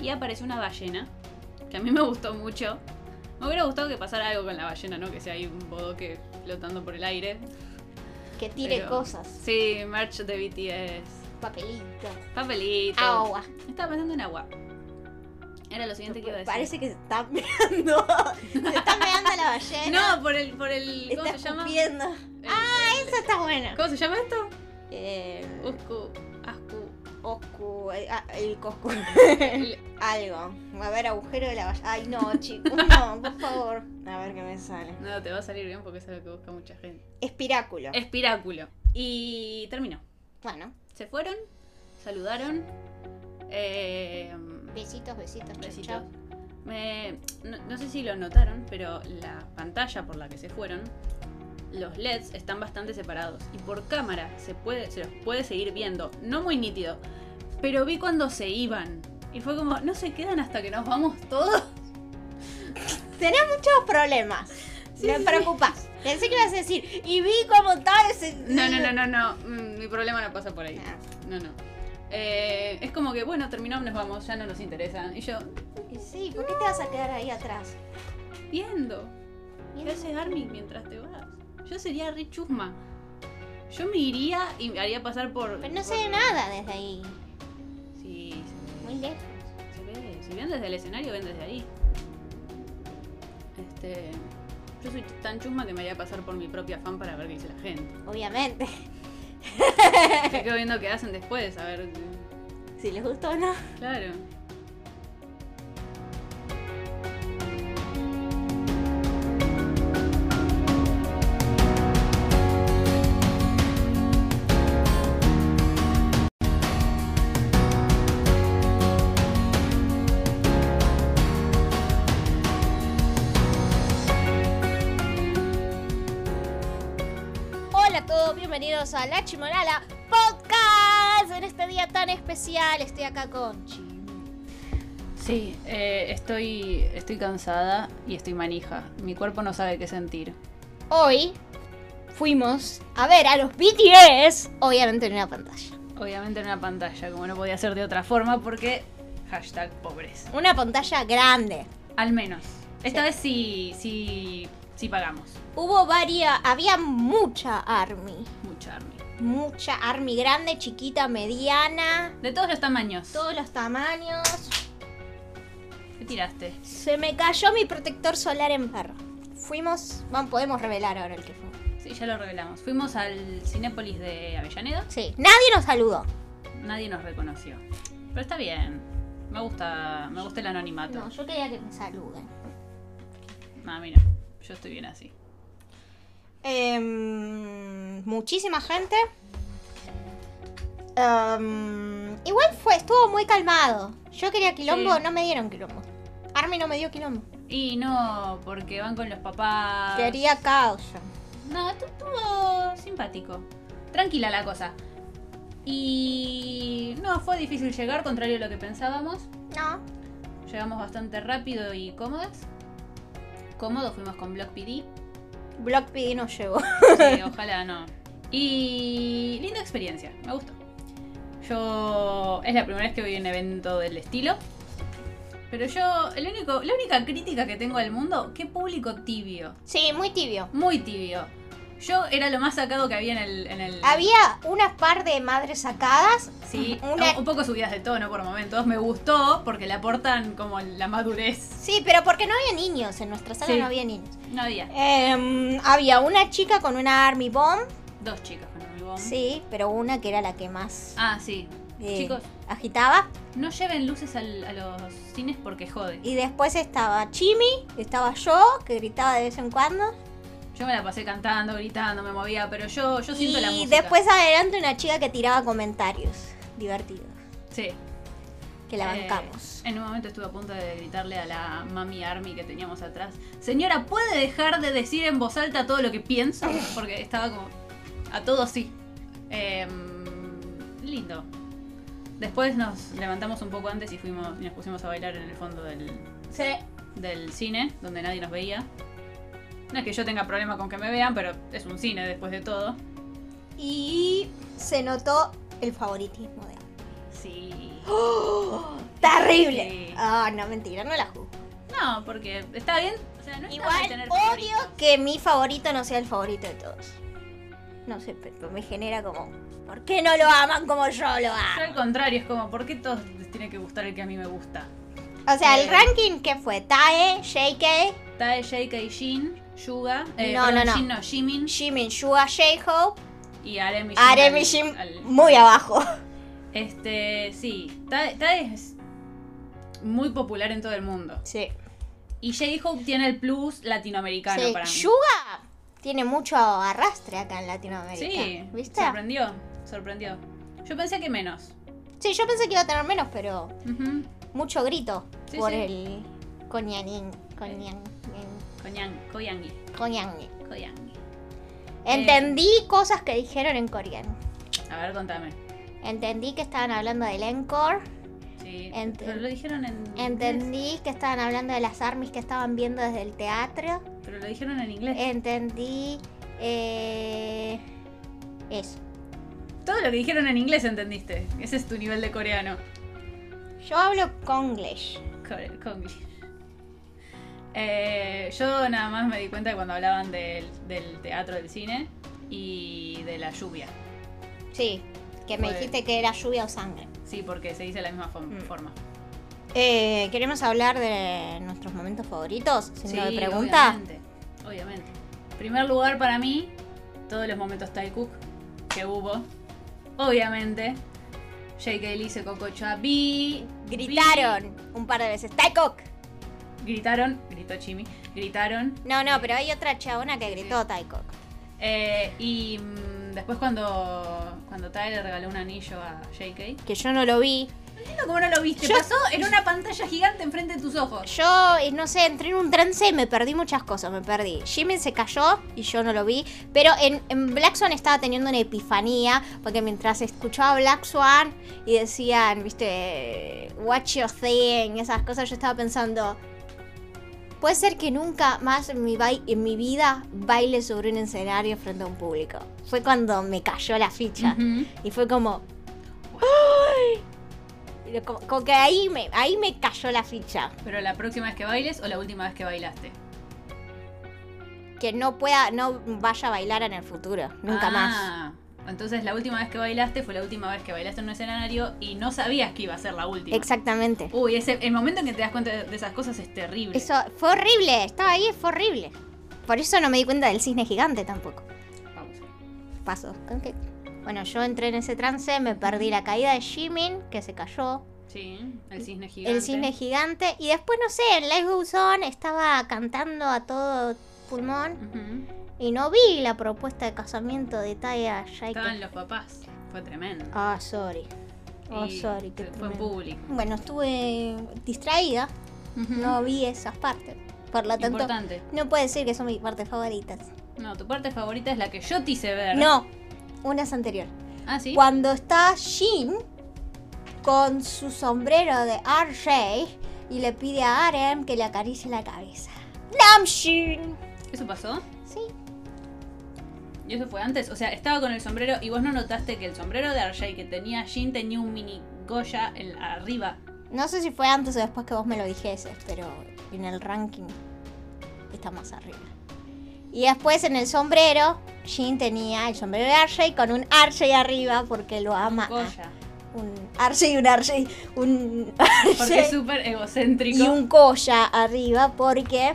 Speaker 2: Y apareció una ballena, que a mí me gustó mucho. Me hubiera gustado que pasara algo con la ballena, ¿no? Que sea ahí un bodoque flotando por el aire.
Speaker 1: Que tire
Speaker 2: Pero-
Speaker 1: cosas.
Speaker 2: Sí, merch de BTS.
Speaker 1: Papelito.
Speaker 2: Papelito.
Speaker 1: Agua.
Speaker 2: Estaba pensando en agua. Era lo siguiente que iba a decir.
Speaker 5: Parece que se está mirando.
Speaker 1: Se está pegando la ballena.
Speaker 2: No, por el, por el. ¿Cómo
Speaker 5: está
Speaker 2: se llama? Eh,
Speaker 5: escupiendo.
Speaker 1: Eso está bueno.
Speaker 2: ¿Cómo se llama esto?
Speaker 1: Eh,
Speaker 2: Uscu. Ascu.
Speaker 5: [LAUGHS]
Speaker 1: Oscu. eh, ah, El Coscu.
Speaker 2: El-
Speaker 1: Algo. A ver, agujero de la ballena. Ay,
Speaker 2: [LAUGHS]
Speaker 1: no, chicos. No, por favor. A ver qué me sale.
Speaker 2: No, te va a salir bien porque es algo que busca mucha gente.
Speaker 1: Espiráculo.
Speaker 2: Espiráculo. Y terminó.
Speaker 1: Bueno,
Speaker 2: Se fueron, saludaron. eh,
Speaker 1: besitos, besitos. chau,
Speaker 2: besitos.
Speaker 1: chau.
Speaker 2: Me- no, no sé si lo notaron, pero la pantalla por la que se fueron, los LEDs están bastante separados. Y por cámara se, puede, se los puede seguir viendo. No muy nítido, pero vi cuando se iban. Y fue como, ¿no se quedan hasta que nos vamos todos?
Speaker 5: Tenés muchos problemas. me preocupás. Pensé que ibas a decir, y vi cómo estaba ese.
Speaker 2: No, no, no, no, no. Mm, Mi problema no pasa por
Speaker 1: Ah.
Speaker 2: ahí. No, no. Eh, es como que, bueno, terminamos, nos vamos, ya no nos interesan. Y yo,
Speaker 1: Y sí, ¿por qué te vas a quedar ahí atrás?
Speaker 2: viendo.
Speaker 1: Bien.
Speaker 2: ¿Qué hace Armin mientras te vas? Yo sería re chusma. Yo me iría y me haría pasar por.
Speaker 1: Pero no se
Speaker 2: por-
Speaker 1: ve nada desde ahí.
Speaker 2: Sí,
Speaker 1: Muy lejos.
Speaker 2: se ve. Se ve. Si ven desde el escenario, ven desde ahí. Este. Yo soy tan chusma que me haría pasar por mi propia fan para ver qué dice la gente.
Speaker 1: Obviamente. [LAUGHS]
Speaker 2: Me quedo viendo qué hacen después, a ver.
Speaker 5: Si les gustó o no.
Speaker 2: Claro.
Speaker 1: Hola a todos, bienvenidos a La Chimolala Podcast. En este día tan especial estoy acá con Chim.
Speaker 2: Sí, eh, estoy, estoy cansada y estoy manija. Mi cuerpo no sabe qué sentir.
Speaker 1: Hoy fuimos a ver a los BTS, obviamente en una pantalla.
Speaker 2: Obviamente en una pantalla, como no podía ser de otra forma, porque hashtag pobres.
Speaker 1: Una pantalla grande.
Speaker 2: Al menos. Esta vez sí, sí, sí pagamos.
Speaker 1: Hubo varias, había mucha army.
Speaker 2: Mucha army.
Speaker 1: Mucha army grande, chiquita, mediana,
Speaker 2: De todos los tamaños.
Speaker 1: todos los tamaños.
Speaker 2: ¿Qué tiraste?
Speaker 1: Se me cayó mi protector solar en perro. Fuimos, vamos, podemos revelar ahora el que fue.
Speaker 2: Sí, ya lo revelamos. Fuimos al Cinépolis de Avellaneda.
Speaker 1: Sí, nadie nos saludó.
Speaker 2: Nadie nos reconoció. Pero está bien. Me gusta, me gusta el anonimato.
Speaker 1: No, yo quería que me saluden.
Speaker 2: Ah, mira. Yo estoy bien así.
Speaker 1: Em, muchísima gente. Em, igual fue, estuvo muy calmado. Yo quería quilombo,
Speaker 2: Sí.
Speaker 1: no me dieron quilombo. Army no me dio quilombo.
Speaker 2: Y no, porque van con los papás.
Speaker 1: Quería caos. yo.
Speaker 2: No, esto estuvo simpático. Tranquila la cosa. Y no, fue difícil llegar, contrario a lo que pensábamos.
Speaker 1: No.
Speaker 2: Llegamos bastante rápido y cómodas. Cómodos, fuimos con Block PD.
Speaker 1: Block PD no llegó.
Speaker 2: Sí, ojalá no. Y linda experiencia, me gustó. Yo es la primera vez que voy a un evento del estilo. Pero yo, el único, la única crítica que tengo al mundo, qué público tibio.
Speaker 1: [LAUGHS] Sí, muy tibio.
Speaker 2: Muy tibio. Yo era lo más sacado que había en el. En el
Speaker 1: Había unas par de madres sacadas.
Speaker 2: Sí,
Speaker 1: Una-
Speaker 2: un- un poco subidas de tono por momentos. Me gustó porque le aportan como la madurez.
Speaker 1: Sí, pero porque no había niños. En nuestra sala
Speaker 2: Sí.
Speaker 1: no había niños.
Speaker 2: No había
Speaker 1: Em, había una chica con una Army Bomb.
Speaker 2: dos chicas con el bomb.
Speaker 1: Sí, pero una que era la que más
Speaker 2: Ah, sí.
Speaker 1: eh,
Speaker 2: Chicos,
Speaker 1: agitaba.
Speaker 2: no lleven luces al- a los cines porque jode.
Speaker 1: Y después estaba Chimi, estaba yo, que gritaba de vez en cuando.
Speaker 2: Yo me la pasé cantando, gritando, me movía, pero yo, yo siento la
Speaker 1: Y
Speaker 2: música.
Speaker 1: después adelante una chica que tiraba comentarios divertidos,
Speaker 2: Sí.
Speaker 1: que la
Speaker 2: Eh,
Speaker 1: bancamos.
Speaker 2: en un momento estuve a punto de gritarle a la mami Army que teníamos atrás. Señora, ¿puede dejar de decir en voz alta todo lo que pienso? Porque estaba como. A todo sí. Em, lindo. Después nos levantamos un poco antes y fuimos y nos pusimos a bailar en el fondo del, del cine, donde nadie nos veía. No es que yo tenga problema con que me vean, pero es un cine después de todo.
Speaker 1: Y se notó el favoritismo de Ana.
Speaker 2: Sí.
Speaker 1: ¡Terrible!
Speaker 2: Sí.
Speaker 1: Ah, no, mentira, no la juzgo.
Speaker 2: No, porque está bien. O sea, no está mal
Speaker 1: Igual
Speaker 2: tener
Speaker 1: odio
Speaker 2: favoritos.
Speaker 1: que mi favorito no sea el favorito de todos. No sé, pero me genera como, ¿por qué no lo aman como yo lo
Speaker 2: Yo al
Speaker 1: amo?
Speaker 2: contrario, es como, ¿por qué todos les tiene que gustar el que a mí me gusta?
Speaker 1: O sea, el
Speaker 2: Eh.
Speaker 1: ranking que fue Tae, JK,
Speaker 2: Tae, JK, Jin, Yuga, eh,
Speaker 1: No,
Speaker 2: perdón,
Speaker 1: no, no.
Speaker 2: Jin no, Jimin
Speaker 1: Jimin, Suga, J-Hope,
Speaker 2: y Arem y Jin.
Speaker 1: Arem
Speaker 2: al-
Speaker 1: y Jim
Speaker 2: al-
Speaker 1: muy abajo.
Speaker 2: Este, sí, Tae, Tae es muy popular en todo el mundo.
Speaker 1: Sí.
Speaker 2: Y J-Hope tiene el plus latinoamericano
Speaker 1: Sí,
Speaker 2: para mí.
Speaker 1: Yuga tiene mucho arrastre acá en Latinoamérica.
Speaker 2: Sí,
Speaker 1: ¿Viste?
Speaker 2: sorprendió, sorprendió. Yo pensé que menos.
Speaker 1: Sí, yo pensé que iba a tener menos, pero
Speaker 2: Ujú,
Speaker 1: mucho grito
Speaker 2: Sí,
Speaker 1: por
Speaker 2: sí. Eh.
Speaker 1: el Konyanin. Konyan.
Speaker 2: Koyang- Koyangi,
Speaker 1: Konyan.
Speaker 2: Eh. Koyangi.
Speaker 1: Entendí cosas que dijeron en coreano.
Speaker 2: A ver, contame.
Speaker 1: Entendí que estaban hablando del encore.
Speaker 2: Sí. Sí.
Speaker 1: Ent-
Speaker 2: Pero lo dijeron en. inglés.
Speaker 1: Entendí que estaban hablando de las armies que estaban viendo desde el teatro.
Speaker 2: Pero lo dijeron en inglés.
Speaker 1: Entendí eh, eso.
Speaker 2: Todo lo que dijeron en inglés entendiste. Ese es tu nivel de coreano.
Speaker 1: Yo hablo conglish.
Speaker 2: Core- Konglish. Eh, yo nada más me di cuenta cuando hablaban del, del teatro del cine y de la lluvia.
Speaker 1: Sí, que me
Speaker 2: Bueno.
Speaker 1: dijiste que era lluvia o sangre.
Speaker 2: Sí, porque se dice de la misma fo-
Speaker 1: Mm.
Speaker 2: forma.
Speaker 1: Eh, ¿Queremos hablar de nuestros momentos favoritos? Si no me
Speaker 2: Sí,
Speaker 1: pregunta.
Speaker 2: Obviamente, obviamente. Primer lugar para mí, todos los momentos Thai Cook que hubo. Obviamente. Jake Lee se cococha B.
Speaker 1: Gritaron un par de veces. ¡Taikok!
Speaker 2: Gritaron, gritó Chimi, gritaron.
Speaker 1: No, no, pero hay otra chabona que gritó Taikok.
Speaker 2: Eh, y mm, después cuando, cuando Ty le regaló un anillo a JK.
Speaker 1: Que yo no lo vi.
Speaker 2: Entiendo cómo no lo viste.
Speaker 1: Yo-
Speaker 2: Pasó en una pantalla gigante enfrente de tus ojos.
Speaker 1: Yo, eh, no sé, entré en un trance y me perdí muchas cosas, me perdí. Jimmy se cayó y yo no lo vi, pero en, en Black Swan estaba teniendo una epifanía, porque mientras escuchaba Black Swan y decían, viste, watch your thing, esas cosas, yo estaba pensando, puede ser que nunca más en mi, bai- en mi vida baile sobre un escenario frente a un público. Fue cuando me cayó la ficha.
Speaker 2: Ujú.
Speaker 1: Y fue como. "Ay". Y lo- Como, como que ahí me, ahí me cayó la ficha.
Speaker 2: Pero la próxima vez que bailes o la última vez que bailaste.
Speaker 1: Que no pueda, no vaya a bailar en el futuro. Nunca más.
Speaker 2: Ah, Entonces la última vez que bailaste fue la última vez que bailaste en un escenario y no sabías que iba a ser la última.
Speaker 1: Exactamente.
Speaker 2: Uy, ese, el momento en que te das cuenta de de esas cosas es terrible.
Speaker 1: Eso fue horrible. Estaba ahí, fue horrible. Por eso no me di cuenta del cisne gigante tampoco.
Speaker 2: Pausa.
Speaker 1: Paso. ok. Bueno, yo entré en ese trance, me perdí la caída de Jimin, que se cayó.
Speaker 2: Sí, el cisne gigante.
Speaker 1: El cisne gigante. Y después, no sé, en Life Goes On estaba cantando a todo pulmón.
Speaker 2: Ujú.
Speaker 1: Y no vi la propuesta de casamiento de Taya Shaike.
Speaker 2: Estaban los papás. Fue tremendo.
Speaker 1: Ah, sorry. Ah,
Speaker 2: Y
Speaker 1: sorry, qué
Speaker 2: fue en
Speaker 1: tremendo.
Speaker 2: público.
Speaker 1: Bueno, estuve distraída,
Speaker 2: Ujú.
Speaker 1: no vi esas partes. Por lo tanto,
Speaker 2: Importante.
Speaker 1: no puedo decir que son mis partes favoritas.
Speaker 2: No, tu parte favorita es la que yo te hice ver.
Speaker 1: No, una es anterior.
Speaker 2: Ah, sí.
Speaker 1: Cuando está Jin con su sombrero de RJ y le pide a Arem que le acaricie la cabeza. Namjoon.
Speaker 2: ¿Eso pasó?
Speaker 1: Sí,
Speaker 2: ¿Y eso fue antes? O sea, estaba con el sombrero y vos no notaste que el sombrero de RJ que tenía Jin tenía un mini Goya en- arriba.
Speaker 1: no sé si fue antes o después que vos me lo dijeses, pero en el ranking está más arriba. Y después en el sombrero, Jin tenía el sombrero de RJ con un RJ arriba porque lo ama. a-
Speaker 2: Goya.
Speaker 1: un Arce y un Arce, un
Speaker 2: Porque es
Speaker 1: Arce
Speaker 2: súper egocéntrico.
Speaker 1: y un Koya arriba porque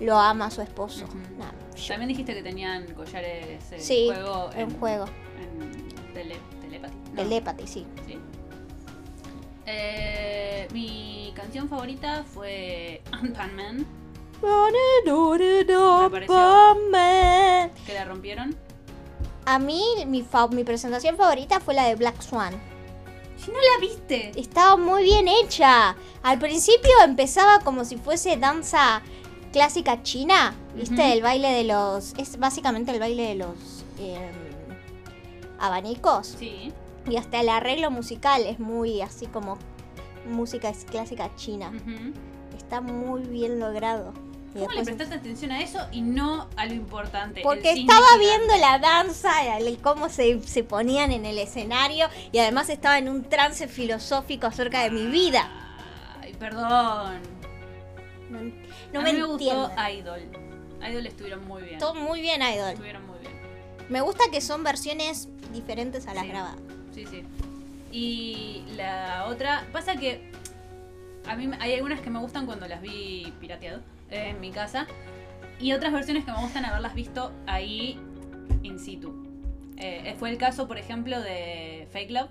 Speaker 1: lo ama su esposo.
Speaker 2: Ujú.
Speaker 1: Nada, yo-
Speaker 2: También dijiste que tenían collares en
Speaker 1: Sí,
Speaker 2: juego.
Speaker 1: en juego,
Speaker 2: en tele- telepatía. No,
Speaker 1: telépata, sí.
Speaker 2: sí. Eh, mi canción favorita fue Ant-Man, pareció. que la rompieron.
Speaker 1: A mí, mi, fa- mi presentación favorita fue la de Black Swan.
Speaker 2: Si no la viste.
Speaker 1: Estaba muy bien hecha. Al principio empezaba como si fuese danza clásica china, ¿viste?
Speaker 2: Ujú.
Speaker 1: El baile de los... Es básicamente el baile de los em, abanicos.
Speaker 2: Sí.
Speaker 1: Y hasta el arreglo musical es muy así como música es clásica china.
Speaker 2: Ujú.
Speaker 1: Está muy bien logrado. Y
Speaker 2: ¿Cómo le
Speaker 1: después-
Speaker 2: prestaste atención a eso y no a lo importante?
Speaker 1: porque
Speaker 2: El cisne
Speaker 1: estaba
Speaker 2: gigante.
Speaker 1: viendo la danza, el- el cómo se, se ponían en el escenario y además estaba en un trance filosófico acerca de mi vida.
Speaker 2: Ay, perdón.
Speaker 1: No, en- no
Speaker 2: a
Speaker 1: me,
Speaker 2: mí me
Speaker 1: entiendo.
Speaker 2: gustó Idol. Idol estuvieron muy bien.
Speaker 1: Todo muy bien, Idol.
Speaker 2: Estuvieron muy bien.
Speaker 1: Me gusta que son versiones diferentes a las
Speaker 2: Sí.
Speaker 1: grabadas.
Speaker 2: Sí, sí. Y la otra. Pasa que. A mí me- hay algunas que me gustan cuando las vi pirateado eh, en mi casa. Y otras versiones que me gustan haberlas visto ahí in situ. Eh, fue el caso, por ejemplo, de Fake Love.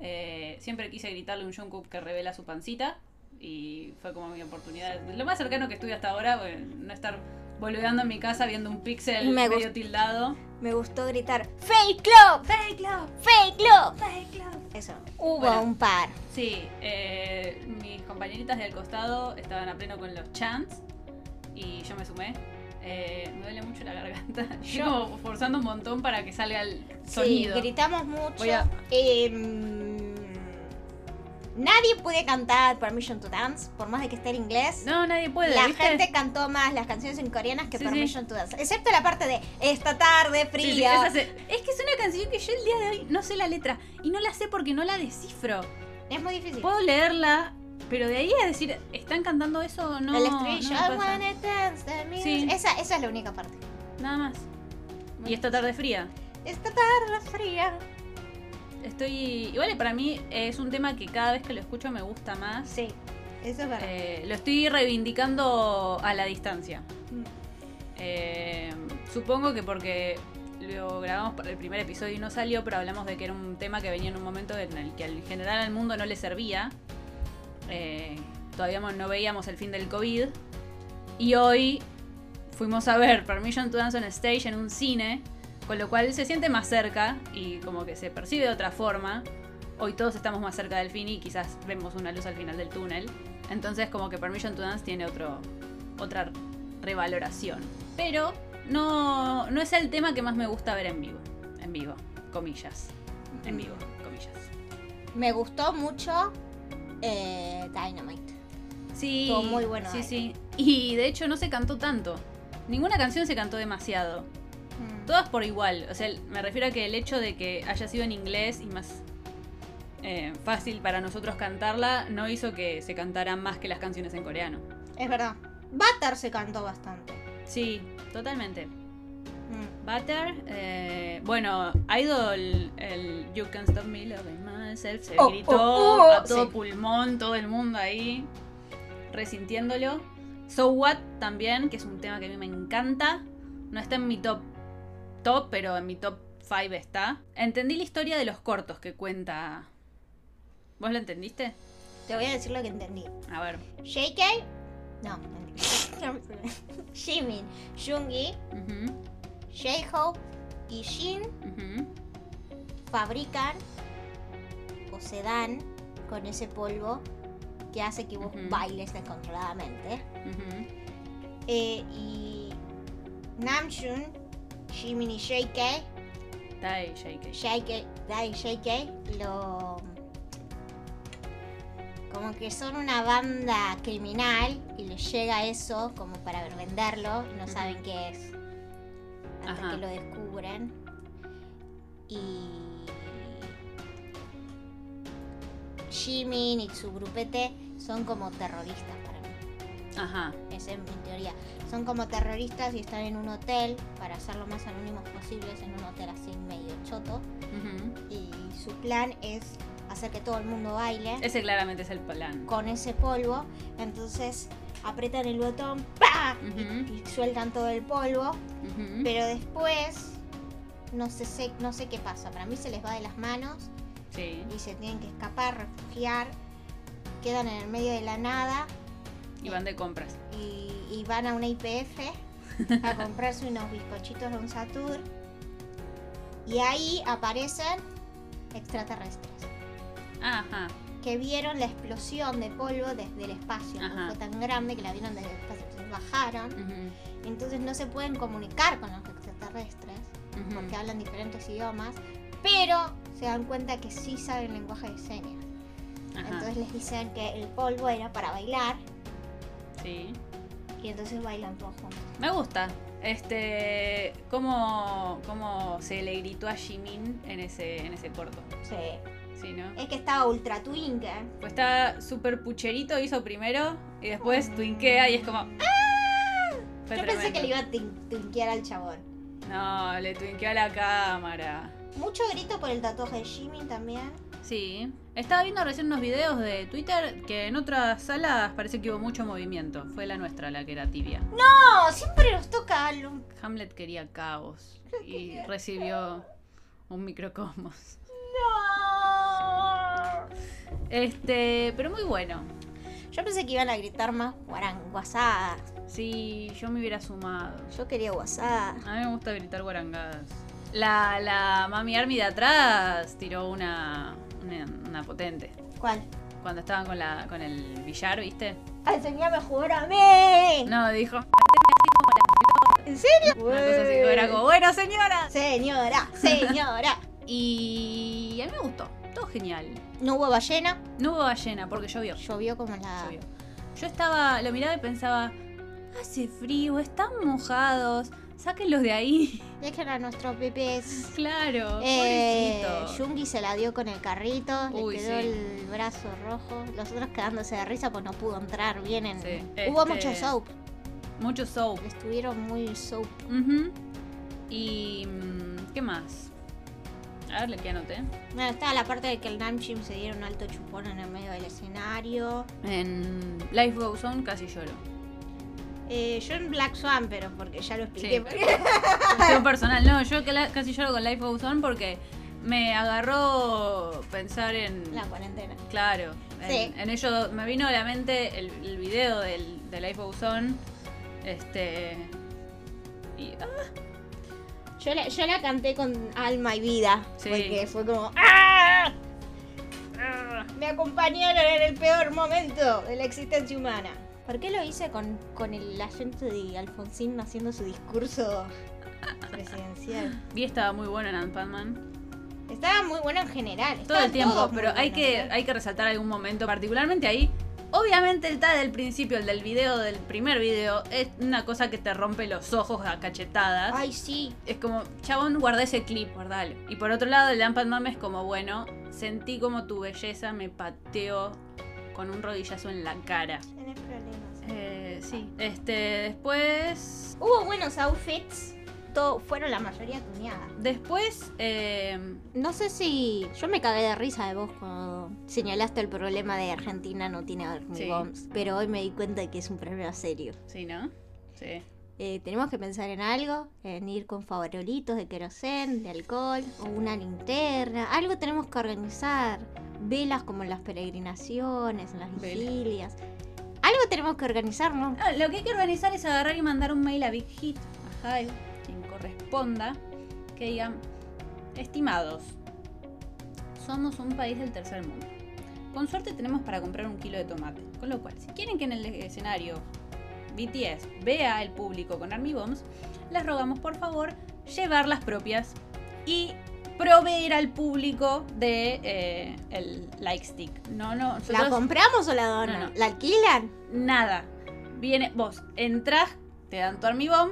Speaker 2: Eh, siempre quise gritarle a un Jungkook que revela su pancita. Y fue como mi oportunidad. Lo más cercano que estuve hasta ahora, bueno, no estar boludeando en mi casa viendo un pixel
Speaker 1: Me
Speaker 2: medio
Speaker 1: gust-
Speaker 2: tildado.
Speaker 1: Me gustó gritar Fake Club, Fake Club, Fake Club. Eso. Hubo
Speaker 2: Bueno.
Speaker 1: un par.
Speaker 2: Sí, eh, mis compañeritas del costado estaban a pleno con los chants y yo me sumé. Eh, me duele mucho la garganta. [LAUGHS] Yo como forzando un montón para que salga el
Speaker 1: Sí,
Speaker 2: sonido.
Speaker 1: gritamos mucho.
Speaker 2: Voy a-
Speaker 1: Em, Nadie puede cantar Permission to Dance, por más de que esté en inglés.
Speaker 2: No, nadie puede.
Speaker 1: la
Speaker 2: ¿viste?
Speaker 1: gente cantó más las canciones en coreanas que
Speaker 2: Sí, sí.
Speaker 1: Permission to Dance. Excepto la parte de esta tarde
Speaker 2: Sí,
Speaker 1: fría.
Speaker 2: sí, esa se- Es que es una canción que yo el día de hoy no sé la letra y no la sé porque no la descifro.
Speaker 1: Es muy difícil.
Speaker 2: Puedo leerla, pero de ahí a decir, ¿están cantando eso o no?
Speaker 1: el
Speaker 2: no me
Speaker 1: estribillo. "I
Speaker 2: pasa.
Speaker 1: wanna dance the music".
Speaker 2: Sí.
Speaker 1: esa, esa es la única parte.
Speaker 2: Nada más. Y esta tarde fría.
Speaker 1: Esta tarde fría.
Speaker 2: Estoy. Igual para mí es un tema que cada vez que lo escucho me gusta más.
Speaker 1: Sí, eso es verdad.
Speaker 2: Eh, lo estoy reivindicando a la distancia.
Speaker 1: Mm.
Speaker 2: Eh, supongo que porque lo grabamos para el primer episodio y no salió, pero hablamos de que era un tema que venía en un momento en el que al general al mundo no le servía. Eh, todavía no veíamos el fin del COVID. Y hoy fuimos a ver Permission to Dance on Stage en un cine, con lo cual se siente más cerca y como que se percibe de otra forma. Hoy todos estamos más cerca del fin y quizás vemos una luz al final del túnel. Entonces como que Permission to Dance tiene otro, otra revaloración. Pero no, no es el tema que más me gusta ver en vivo. En vivo, comillas. En vivo, comillas.
Speaker 1: Me gustó mucho eh, Dynamite.
Speaker 2: Sí,
Speaker 1: Estuvo muy bueno
Speaker 2: sí,
Speaker 1: ahí.
Speaker 2: sí. Y de hecho no se cantó tanto. Ninguna canción se cantó demasiado. Todas por igual. O sea, me refiero a que el hecho de que haya sido en inglés y más eh, fácil para nosotros cantarla no hizo que se cantaran más que las canciones en coreano.
Speaker 1: Es verdad.
Speaker 6: Butter se cantó bastante.
Speaker 2: Sí, totalmente.
Speaker 6: Mm.
Speaker 2: Butter, eh, bueno, Idol, el You Can Stop Me Loving Myself, se
Speaker 1: Oh,
Speaker 2: gritó
Speaker 1: oh, oh,
Speaker 2: a todo
Speaker 1: sí.
Speaker 2: pulmón, todo el mundo ahí resintiéndolo. So What también, que es un tema que a mí me encanta. No está en mi top top, pero en mi top 5 está. Entendí la historia de los cortos que cuenta. ¿Vos la entendiste?
Speaker 1: Te voy a decir lo que entendí.
Speaker 2: A ver.
Speaker 1: JK. No, mentira. Jimin, Jungi,
Speaker 2: Ujú,
Speaker 1: J-Hope y Jin
Speaker 2: ujú.
Speaker 1: fabrican o se dan con ese polvo que hace que vos
Speaker 2: Ujú.
Speaker 1: bailes descontroladamente.
Speaker 2: Ujú.
Speaker 1: Eh, y Namjoon, Jimin y JK,
Speaker 2: Tai, JK.
Speaker 1: JK, Dai JK, lo. Como que son una banda criminal y les llega eso como para venderlo y no
Speaker 2: Ujú.
Speaker 1: saben qué es. Hasta
Speaker 2: Ajá.
Speaker 1: que lo descubren. Y. Jimin y su grupete son como terroristas para mí.
Speaker 2: Ajá.
Speaker 1: Esa es mi teoría. Son como terroristas y están en un hotel para ser lo más anónimos posibles en un hotel así medio choto.
Speaker 2: Ujú.
Speaker 1: Y su plan es hacer que todo el mundo baile
Speaker 2: Ese claramente es el plan.
Speaker 1: con ese polvo. Entonces apretan el botón ¡pa! Y-
Speaker 2: Ujú.
Speaker 1: y, sueltan todo el polvo.
Speaker 2: Ujú.
Speaker 1: Pero después no sé, sé- no sé qué pasa. Para mí se les va de las manos
Speaker 2: Sí.
Speaker 1: y se tienen que escapar, refugiar. Quedan en el medio de la nada.
Speaker 2: Y van de compras.
Speaker 1: y, y van a una IPF a comprarse unos bizcochitos de un Satur. Y ahí aparecen extraterrestres
Speaker 2: Ajá.
Speaker 1: que vieron la explosión de polvo desde el espacio. porque
Speaker 2: Ajá. Mm.
Speaker 1: Fue tan grande que la vieron desde el espacio. Entonces bajaron.
Speaker 2: Ujú,
Speaker 1: Entonces no se pueden comunicar con los extraterrestres
Speaker 2: ujú.
Speaker 1: porque hablan diferentes idiomas. Pero se dan cuenta que sí saben lenguaje de señas.
Speaker 2: Ajá,
Speaker 1: Entonces les dicen que el polvo era para bailar
Speaker 2: sí.
Speaker 1: y entonces bailan todos juntos.
Speaker 2: Me gusta. Este, cómo, cómo se le gritó a Jimin en ese, en ese corto.
Speaker 1: Sí.
Speaker 2: Sí, ¿no?
Speaker 1: Es que estaba ultra twinker.
Speaker 2: Pues está súper pucherito, hizo primero y después twinquea y es como. ¡Ah! Fue
Speaker 1: Mm. Yo pensé que
Speaker 2: tremendo.
Speaker 1: le iba a tin- tinquear al chabón.
Speaker 2: No, le twinqueó a la cámara.
Speaker 1: Mucho grito por el tatuaje de Jimmy también.
Speaker 2: Sí. Estaba viendo recién unos videos de Twitter que en otras salas parece que hubo mucho movimiento. Fue la nuestra la que era tibia.
Speaker 1: No, siempre nos toca algo.
Speaker 2: Hamlet quería caos y recibió un microcosmos. Este, pero muy bueno.
Speaker 1: Yo pensé que iban a gritar más guaran- guasadas.
Speaker 2: Sí, yo me hubiera sumado.
Speaker 1: Yo quería guasadas.
Speaker 2: A mí me gusta gritar guarangadas. La, la mami Army de atrás tiró una, una, una potente.
Speaker 1: ¿Cuál?
Speaker 2: Cuando estaban con, la, con el billar, ¿viste?
Speaker 1: Enseñame a jugar a mí.
Speaker 2: No, dijo. Una
Speaker 1: ¿En serio?
Speaker 2: cosa así, [LAUGHS] era como, bueno, señora.
Speaker 1: Señora, señora.
Speaker 2: Y a mí me gustó. Todo genial.
Speaker 1: No hubo ballena,
Speaker 2: No hubo ballena porque llovió.
Speaker 1: llovió como la.
Speaker 2: Llovió. Yo estaba, lo miraba y pensaba, hace frío, están mojados, sáquenlos de ahí. [LAUGHS]
Speaker 1: Dejen a nuestros bebés.
Speaker 2: claro,
Speaker 1: Eh,
Speaker 2: pobrecito.
Speaker 1: Yungi se la dio con el carrito,
Speaker 2: Uy,
Speaker 1: le quedó
Speaker 2: sí.
Speaker 1: el brazo rojo. Los otros quedándose de risa pues no pudo entrar bien en.
Speaker 2: Sí,
Speaker 1: Hubo
Speaker 2: este-
Speaker 1: mucho soap,
Speaker 2: Mucho soap.
Speaker 1: estuvieron muy soap.
Speaker 2: Ujú. Y. mm, ¿Qué más? A ver, ¿qué anoté?
Speaker 1: Bueno, estaba la parte de que el Namjoon se dieron un alto chupón en el medio del escenario.
Speaker 2: En Life Goes On
Speaker 1: [LAUGHS]
Speaker 2: casi lloro.
Speaker 1: Eh, yo en Black Swan, pero porque [LAUGHS] ya lo
Speaker 2: Sí.
Speaker 1: expliqué.
Speaker 2: Cuestión personal. No, yo cla- casi lloro con Life Goes On porque me agarró pensar en.
Speaker 1: La cuarentena.
Speaker 2: Claro. En,
Speaker 1: Sí.
Speaker 2: en ello me vino a la mente el, el video del, de Life Goes On. Este. Y, ah,
Speaker 1: Yo la, yo la canté con alma y vida.
Speaker 2: Sí.
Speaker 1: Porque fue como. ¡Ah! ¡Ah! Me acompañaron en el peor momento de la existencia humana. ¿Por qué lo hice con, con el acento de Alfonsín haciendo su
Speaker 2: [LAUGHS]
Speaker 1: discurso presidencial?
Speaker 2: Vi estaba muy bueno en Ant-Man.
Speaker 1: Estaba muy bueno en general.
Speaker 2: Todo el
Speaker 1: estaban
Speaker 2: tiempo,
Speaker 1: todos muy
Speaker 2: pero hay
Speaker 1: buenos,
Speaker 2: que,
Speaker 1: ¿eh?
Speaker 2: hay que resaltar algún momento, particularmente ahí. Obviamente el tal del principio, el del video, del primer video, es una cosa que te rompe los ojos a cachetadas.
Speaker 1: Ay, sí.
Speaker 2: Es como, chabón, guarda ese clip, guardalo. Y por otro lado, el Lampan Mom es como, bueno, sentí como tu belleza me pateó con un rodillazo en la cara.
Speaker 1: Tenés problemas.
Speaker 2: Eh, sí. Este, después.
Speaker 1: Hubo buenos outfits. Todo, fueron la mayoría tuneadas.
Speaker 2: Después, eh,
Speaker 1: No sé si. Yo me cagué de risa de vos cuando señalaste el problema de Argentina no tiene hormigones. Pero hoy me di cuenta de que es un problema serio.
Speaker 2: sí, ¿no? Sí.
Speaker 1: Eh, tenemos que pensar en algo, en ir con favoritos de querosén, de alcohol, o una linterna. Algo tenemos que organizar. Velas como en las peregrinaciones, en las
Speaker 2: Velas.
Speaker 1: vigilias. Algo tenemos que organizar, ¿no?
Speaker 2: Ah, lo que hay que organizar es agarrar y mandar un mail a Big Hit, a Hive, quien corresponda, que digan, estimados, somos un país del tercer mundo. Con suerte tenemos para comprar un kilo de tomate. Con lo cual, si quieren que en el escenario BTS vea al público con Army Bombs, les rogamos por favor llevar las propias y proveer al público de eh, el like stick. No, no,
Speaker 1: ¿La
Speaker 2: nosotros-
Speaker 1: compramos o la donan?
Speaker 2: No, no.
Speaker 1: ¿La alquilan?
Speaker 2: nada. Viene, vos entrás, te dan tu armibón,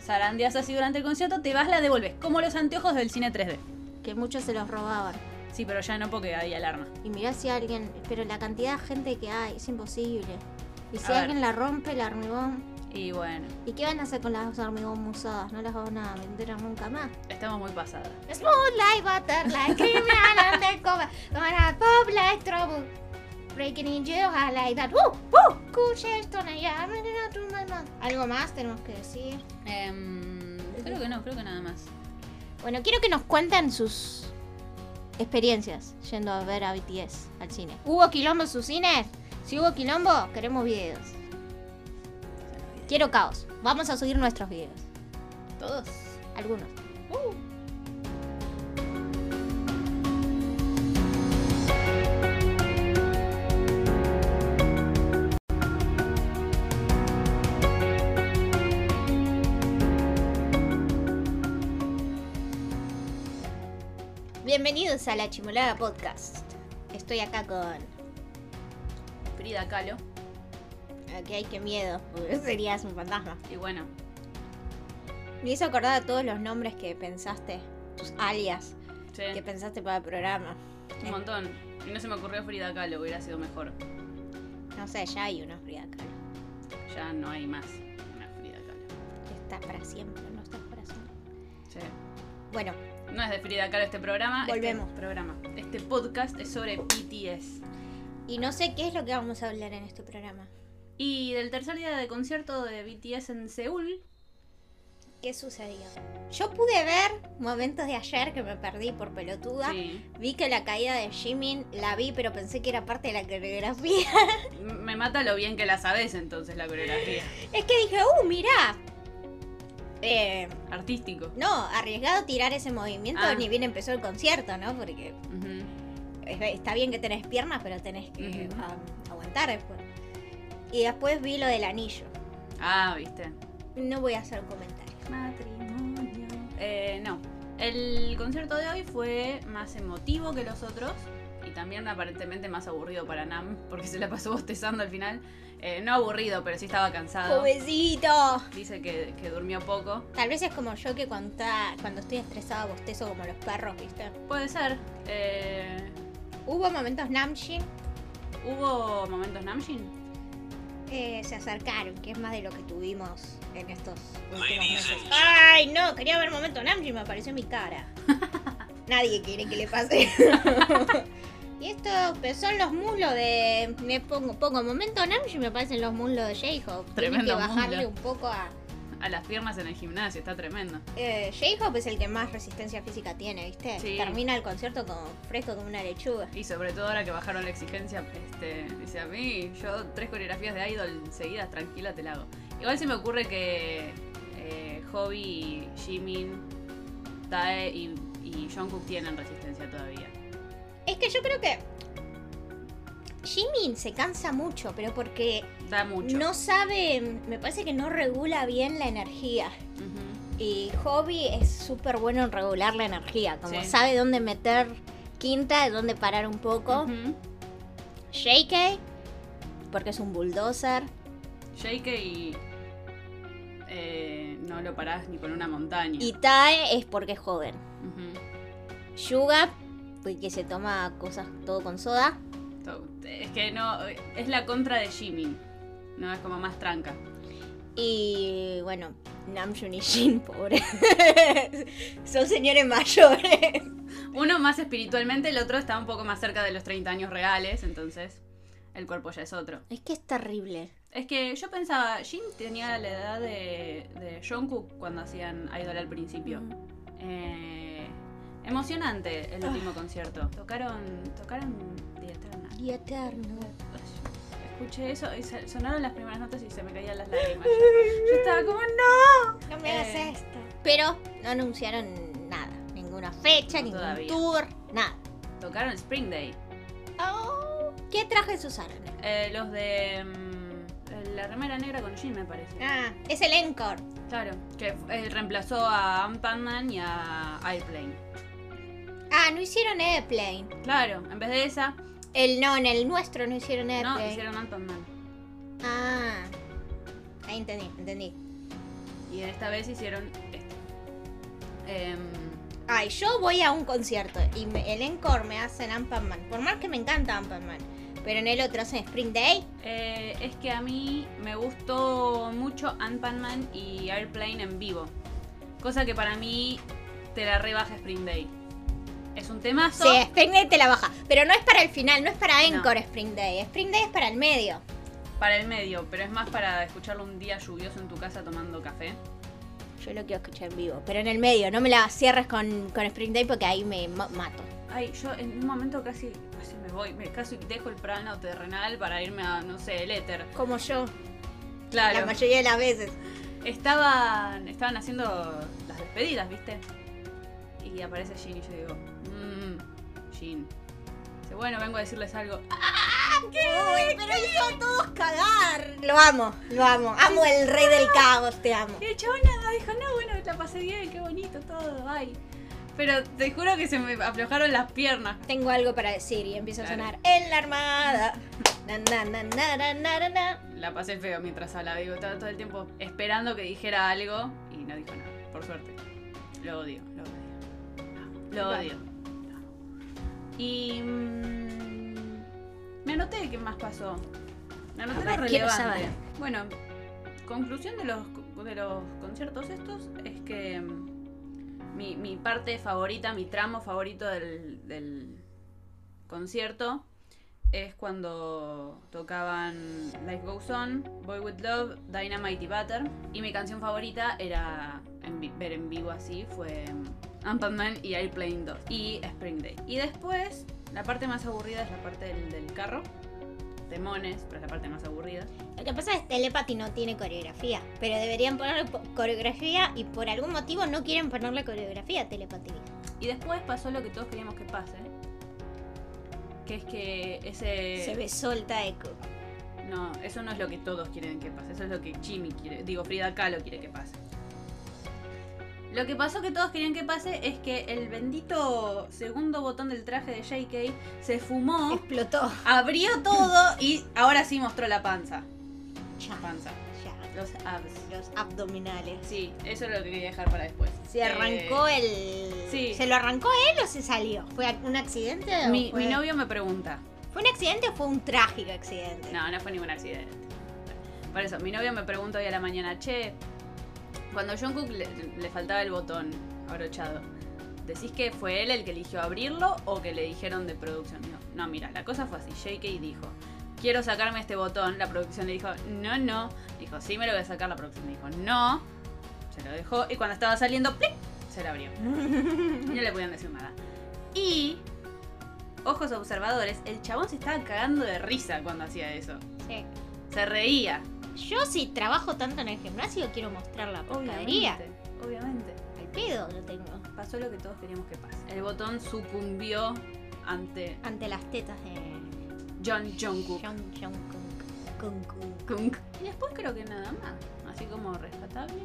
Speaker 2: zarandeas así durante el concierto, te vas, la devolves. Como los anteojos del cine 3D.
Speaker 1: Que muchos se los robaban.
Speaker 2: Sí, pero ya no porque había alarma.
Speaker 1: Y mirá si alguien. Pero la cantidad de gente que hay es imposible. Y si
Speaker 2: A ver.
Speaker 1: alguien la rompe, el hormigón.
Speaker 2: Y bueno,
Speaker 1: ¿Y qué van a hacer con las hormigón usadas? No las van a vender nunca más.
Speaker 2: estamos muy pasadas.
Speaker 1: Smooth like butter [LAUGHS] like criminal undercover. Gonna pop like trouble. Breaking in jail I like that. Woo! Woo! Cool Shelton, yeah, I'm gonna do my mom. Algo más tenemos que decir.
Speaker 2: Em, creo que no, creo que nada más.
Speaker 1: Bueno, quiero que nos cuenten sus experiencias yendo a ver a BTS al cine. ¿Hubo quilombo en sus cines? Si hubo quilombo, queremos videos. Quiero caos. Vamos a subir nuestros videos.
Speaker 2: Todos.
Speaker 1: Algunos. Bienvenidos a la Chimolada Podcast. Estoy acá con
Speaker 2: Frida Kahlo.
Speaker 1: Ok, qué miedo. porque Serías un fantasma.
Speaker 2: Y bueno,
Speaker 1: Me hizo acordar a todos los nombres que pensaste, tus alias,
Speaker 2: sí,
Speaker 1: que pensaste para el programa.
Speaker 2: un montón. Y no se me ocurrió Frida Kahlo, hubiera sido mejor.
Speaker 1: No sé, ya hay unos Frida Kahlo.
Speaker 2: Ya no hay más una Frida Kahlo.
Speaker 1: Que está para siempre, no está para siempre.
Speaker 2: Sí.
Speaker 1: Bueno,
Speaker 2: No es de Frida Kahlo este programa. este
Speaker 1: Volvemos.
Speaker 2: programa. Este podcast es sobre BTS.
Speaker 1: y no sé qué es lo que vamos a hablar en este programa.
Speaker 2: Y del tercer día de concierto de BTS en Seúl.
Speaker 1: ¿Qué sucedió? Yo pude ver momentos de ayer que me perdí por pelotuda.
Speaker 2: Sí.
Speaker 1: Vi que la caída de Jimin la vi, pero pensé que era parte de la coreografía. [LAUGHS]
Speaker 2: M- Me mata lo bien que la sabes entonces la coreografía.
Speaker 1: es que dije, uh, mirá. Eh,
Speaker 2: Artístico.
Speaker 1: no, arriesgado tirar ese movimiento
Speaker 2: Ah.
Speaker 1: ni bien empezó el concierto, ¿no? Porque
Speaker 2: Ujú.
Speaker 1: Es- Está bien que tenés piernas, pero tenés que
Speaker 2: Ujú.
Speaker 1: am, aguantar después. Y después vi lo del anillo.
Speaker 2: Ah, viste.
Speaker 1: No voy a hacer un comentario.
Speaker 2: Matrimonio. Eh, no. El concierto de hoy fue más emotivo que los otros y también aparentemente más aburrido para Nam porque se la pasó bostezando al final. Eh, no aburrido, pero sí estaba cansado.
Speaker 7: ¡Pobrecito!
Speaker 2: Dice que, que durmió poco.
Speaker 1: Tal vez es como yo que cuando, está- cuando estoy estresada bostezo como los perros, ¿viste?
Speaker 2: Puede ser. Eh,
Speaker 1: Hubo momentos Namjin
Speaker 2: ¿Hubo momentos Namjin?
Speaker 1: eh, se acercaron, que es más de lo que tuvimos en estos últimos
Speaker 8: Ladies
Speaker 1: meses.
Speaker 8: and
Speaker 1: Ay, no, quería ver momentos Namjin, me apareció en mi
Speaker 2: [LAUGHS]
Speaker 1: cara. Nadie quiere que le pase. y estos pues, son los muslos de. Me pongo, pongo momento Namjin, me aparecen los muslos de J-Hope. Tiene que
Speaker 2: Tremendo
Speaker 1: bajarle
Speaker 2: muslo.
Speaker 1: un poco a.
Speaker 2: A las piernas en el gimnasio, está tremendo.
Speaker 1: Eh, J-Hope es el que más resistencia física tiene, ¿viste?
Speaker 2: Sí.
Speaker 1: Termina el concierto como fresco como una lechuga.
Speaker 2: Y sobre todo ahora que bajaron la exigencia, este, dice a mí, yo tres coreografías de idol seguidas, tranquila, te la hago. Igual se me ocurre que eh, Hobby, Jimin, Tae y, y Jungkook tienen resistencia todavía.
Speaker 1: Es que yo creo que Jimin se cansa mucho, pero porque
Speaker 2: Da mucho.
Speaker 1: no sabe, me parece que no regula bien la energía.
Speaker 2: Ujú.
Speaker 1: Y Hobby es súper bueno en regular la energía, como
Speaker 2: Sí.
Speaker 1: sabe dónde meter quinta, dónde parar un poco.
Speaker 2: Ujú.
Speaker 1: JK, porque es un bulldozer.
Speaker 2: JK y, eh, no lo parás ni con una montaña.
Speaker 1: Y Tae es porque es joven.
Speaker 2: Ujú.
Speaker 1: Yuga, porque se toma cosas todo con soda.
Speaker 2: To- Es que no, es la contra de Jimin. No, es como más tranca.
Speaker 1: Y bueno, Namjoon y Jin, [LAUGHS] pobre. Son señores mayores.
Speaker 2: Uno más espiritualmente, el otro está un poco más cerca de los 30 años reales, entonces el cuerpo ya es otro.
Speaker 1: Es que es terrible.
Speaker 2: Es que yo pensaba, Jin tenía la edad de, de Jungkook cuando hacían Idol al principio. Eh, emocionante el último concierto. Tocaron, tocaron The Eternal.
Speaker 1: Y eterno.
Speaker 2: Escuché eso y se- sonaron las primeras notas y se me caían las lágrimas. Yo, yo estaba como, no.
Speaker 9: No
Speaker 1: me hagas
Speaker 9: esto.
Speaker 1: Eh, Pero no anunciaron nada. Ninguna fecha,
Speaker 2: No,
Speaker 1: ningún
Speaker 2: todavía.
Speaker 1: tour, nada.
Speaker 2: Tocaron Spring Day.
Speaker 1: ¿Qué trajes usaron?
Speaker 2: Eh, los de mm, la remera negra con Jin, me parece.
Speaker 1: Ah, es el Encore.
Speaker 2: Claro, que eh, reemplazó a Ant-Man y a Airplane.
Speaker 1: Ah, no hicieron Airplane.
Speaker 2: Claro, en vez de esa,
Speaker 1: El no, en el nuestro no hicieron
Speaker 2: no,
Speaker 1: Airplane.
Speaker 2: hicieron Ant-Man.
Speaker 1: Ah, ahí entendí, entendí.
Speaker 2: Y esta vez hicieron este. Em,
Speaker 1: Ay, yo voy a un concierto y me- el Encore me hacen Ampanman. Por más que me encanta Ampanman. Pero en el otro hacen Spring Day.
Speaker 2: eh, es que a mí me gustó mucho Ant-Man y Airplane en vivo. Cosa que para mí te la rebaja Spring Day. Es un temazo.
Speaker 1: Sí, Spring Day te la baja. Pero no es para el final, no es para
Speaker 2: No.
Speaker 1: Encore Spring Day. Spring Day es para el medio.
Speaker 2: para el medio, pero es más para escucharlo un día lluvioso en tu casa tomando café.
Speaker 1: Yo lo quiero escuchar en vivo, pero en el medio, no me la cierres con, con Spring Day porque ahí me ma- mato.
Speaker 2: Ay, yo en un momento casi, casi me voy, me casi dejo el plano terrenal para irme a, no sé, el éter.
Speaker 1: Como yo, la
Speaker 2: Claro.
Speaker 1: mayoría de las veces.
Speaker 2: Estaban, estaban haciendo las despedidas, ¿viste? Y aparece Jin y yo digo, mmm, Jin. Dice, bueno, vengo a decirles algo.
Speaker 1: Uy, pero hizo a todos cagar. Lo amo, lo amo. Amo el rey del caos, te amo.
Speaker 2: Y el chabón nada, dijo, no, bueno, la pasé bien, qué bonito todo, ay. Pero te juro que se me aflojaron las piernas.
Speaker 1: Tengo algo para decir y empiezo
Speaker 2: Claro.
Speaker 1: a sonar en la armada. Na, na, na, na, na, na, na, na.
Speaker 2: La pasé feo mientras hablaba, digo, estaba todo el tiempo esperando que dijera algo y no dijo nada, por suerte. Lo odio, lo odio. Lo odio. Y mm, me anoté qué más pasó. Me anoté
Speaker 1: A
Speaker 2: lo
Speaker 1: ver, quiero
Speaker 2: relevante.
Speaker 1: saber.
Speaker 2: Bueno, conclusión de los, de los conciertos estos es que mm, mi, mi parte favorita, mi tramo favorito del, del concierto es cuando tocaban Life Goes On, Boy With Love, Dynamite y Butter. Y mi canción favorita era en vi- ver en vivo así, fue mm, Ant-Man y Airplane 2 y Spring Day. Y después, la parte más aburrida es la parte del, del carro. Temones, pero es la parte más aburrida.
Speaker 1: Lo que pasa es que Telepathy no tiene coreografía, pero deberían ponerle po- coreografía y por algún motivo no quieren ponerle coreografía a Telepathy.
Speaker 2: Y después pasó lo que todos queríamos que pase. Que es que ese...
Speaker 1: Se ve solta eco.
Speaker 2: No, eso no es lo que todos quieren que pase. Eso es lo que Jimmy quiere. Digo, Frida Kahlo quiere que pase. Lo que pasó que todos querían que pase es que el bendito segundo botón del traje de JK se fumó,
Speaker 5: Explotó.
Speaker 2: abrió todo y ahora sí mostró la panza. La panza.
Speaker 5: Ya,
Speaker 2: Los abs.
Speaker 5: los abdominales.
Speaker 2: Sí, eso es lo que quería dejar para después.
Speaker 5: Se arrancó
Speaker 2: Eh,
Speaker 5: el.
Speaker 2: sí.
Speaker 5: ¿Se lo arrancó él o se salió? ¿Fue un accidente o
Speaker 2: mi,
Speaker 5: fue...
Speaker 2: mi novio me pregunta.
Speaker 5: ¿Fue un accidente o fue un trágico accidente?
Speaker 2: No, no fue ningún accidente. Por eso, mi novio me preguntó hoy a la mañana, che, cuando John Cook le, le faltaba el botón abrochado, ¿decís que fue él el que eligió abrirlo o que le dijeron de producción? Digo, no, mira, la cosa fue así. JK dijo, quiero sacarme este botón. La producción le dijo, no, no. Dijo, sí, me lo voy a sacar. La producción le dijo, no. Se lo dejó y cuando estaba saliendo, ¡plic! se lo abrió. No le podían decir nada. ¿ah? Y, ojos observadores, el chabón se estaba cagando de risa cuando hacía eso.
Speaker 1: [LAUGHS] Sí.
Speaker 2: Se reía.
Speaker 1: Yo si trabajo tanto en el gimnasio quiero mostrar la porcaría.
Speaker 2: Obviamente.
Speaker 1: Al pedo lo tengo.
Speaker 2: Pasó lo que todos queríamos que pase. El botón sucumbió ante
Speaker 1: Ante las tetas de
Speaker 2: John Jungkook.
Speaker 1: Jung Jungkook. Jungkook.
Speaker 2: Kunk. Y después creo que nada más. Así como rescatable.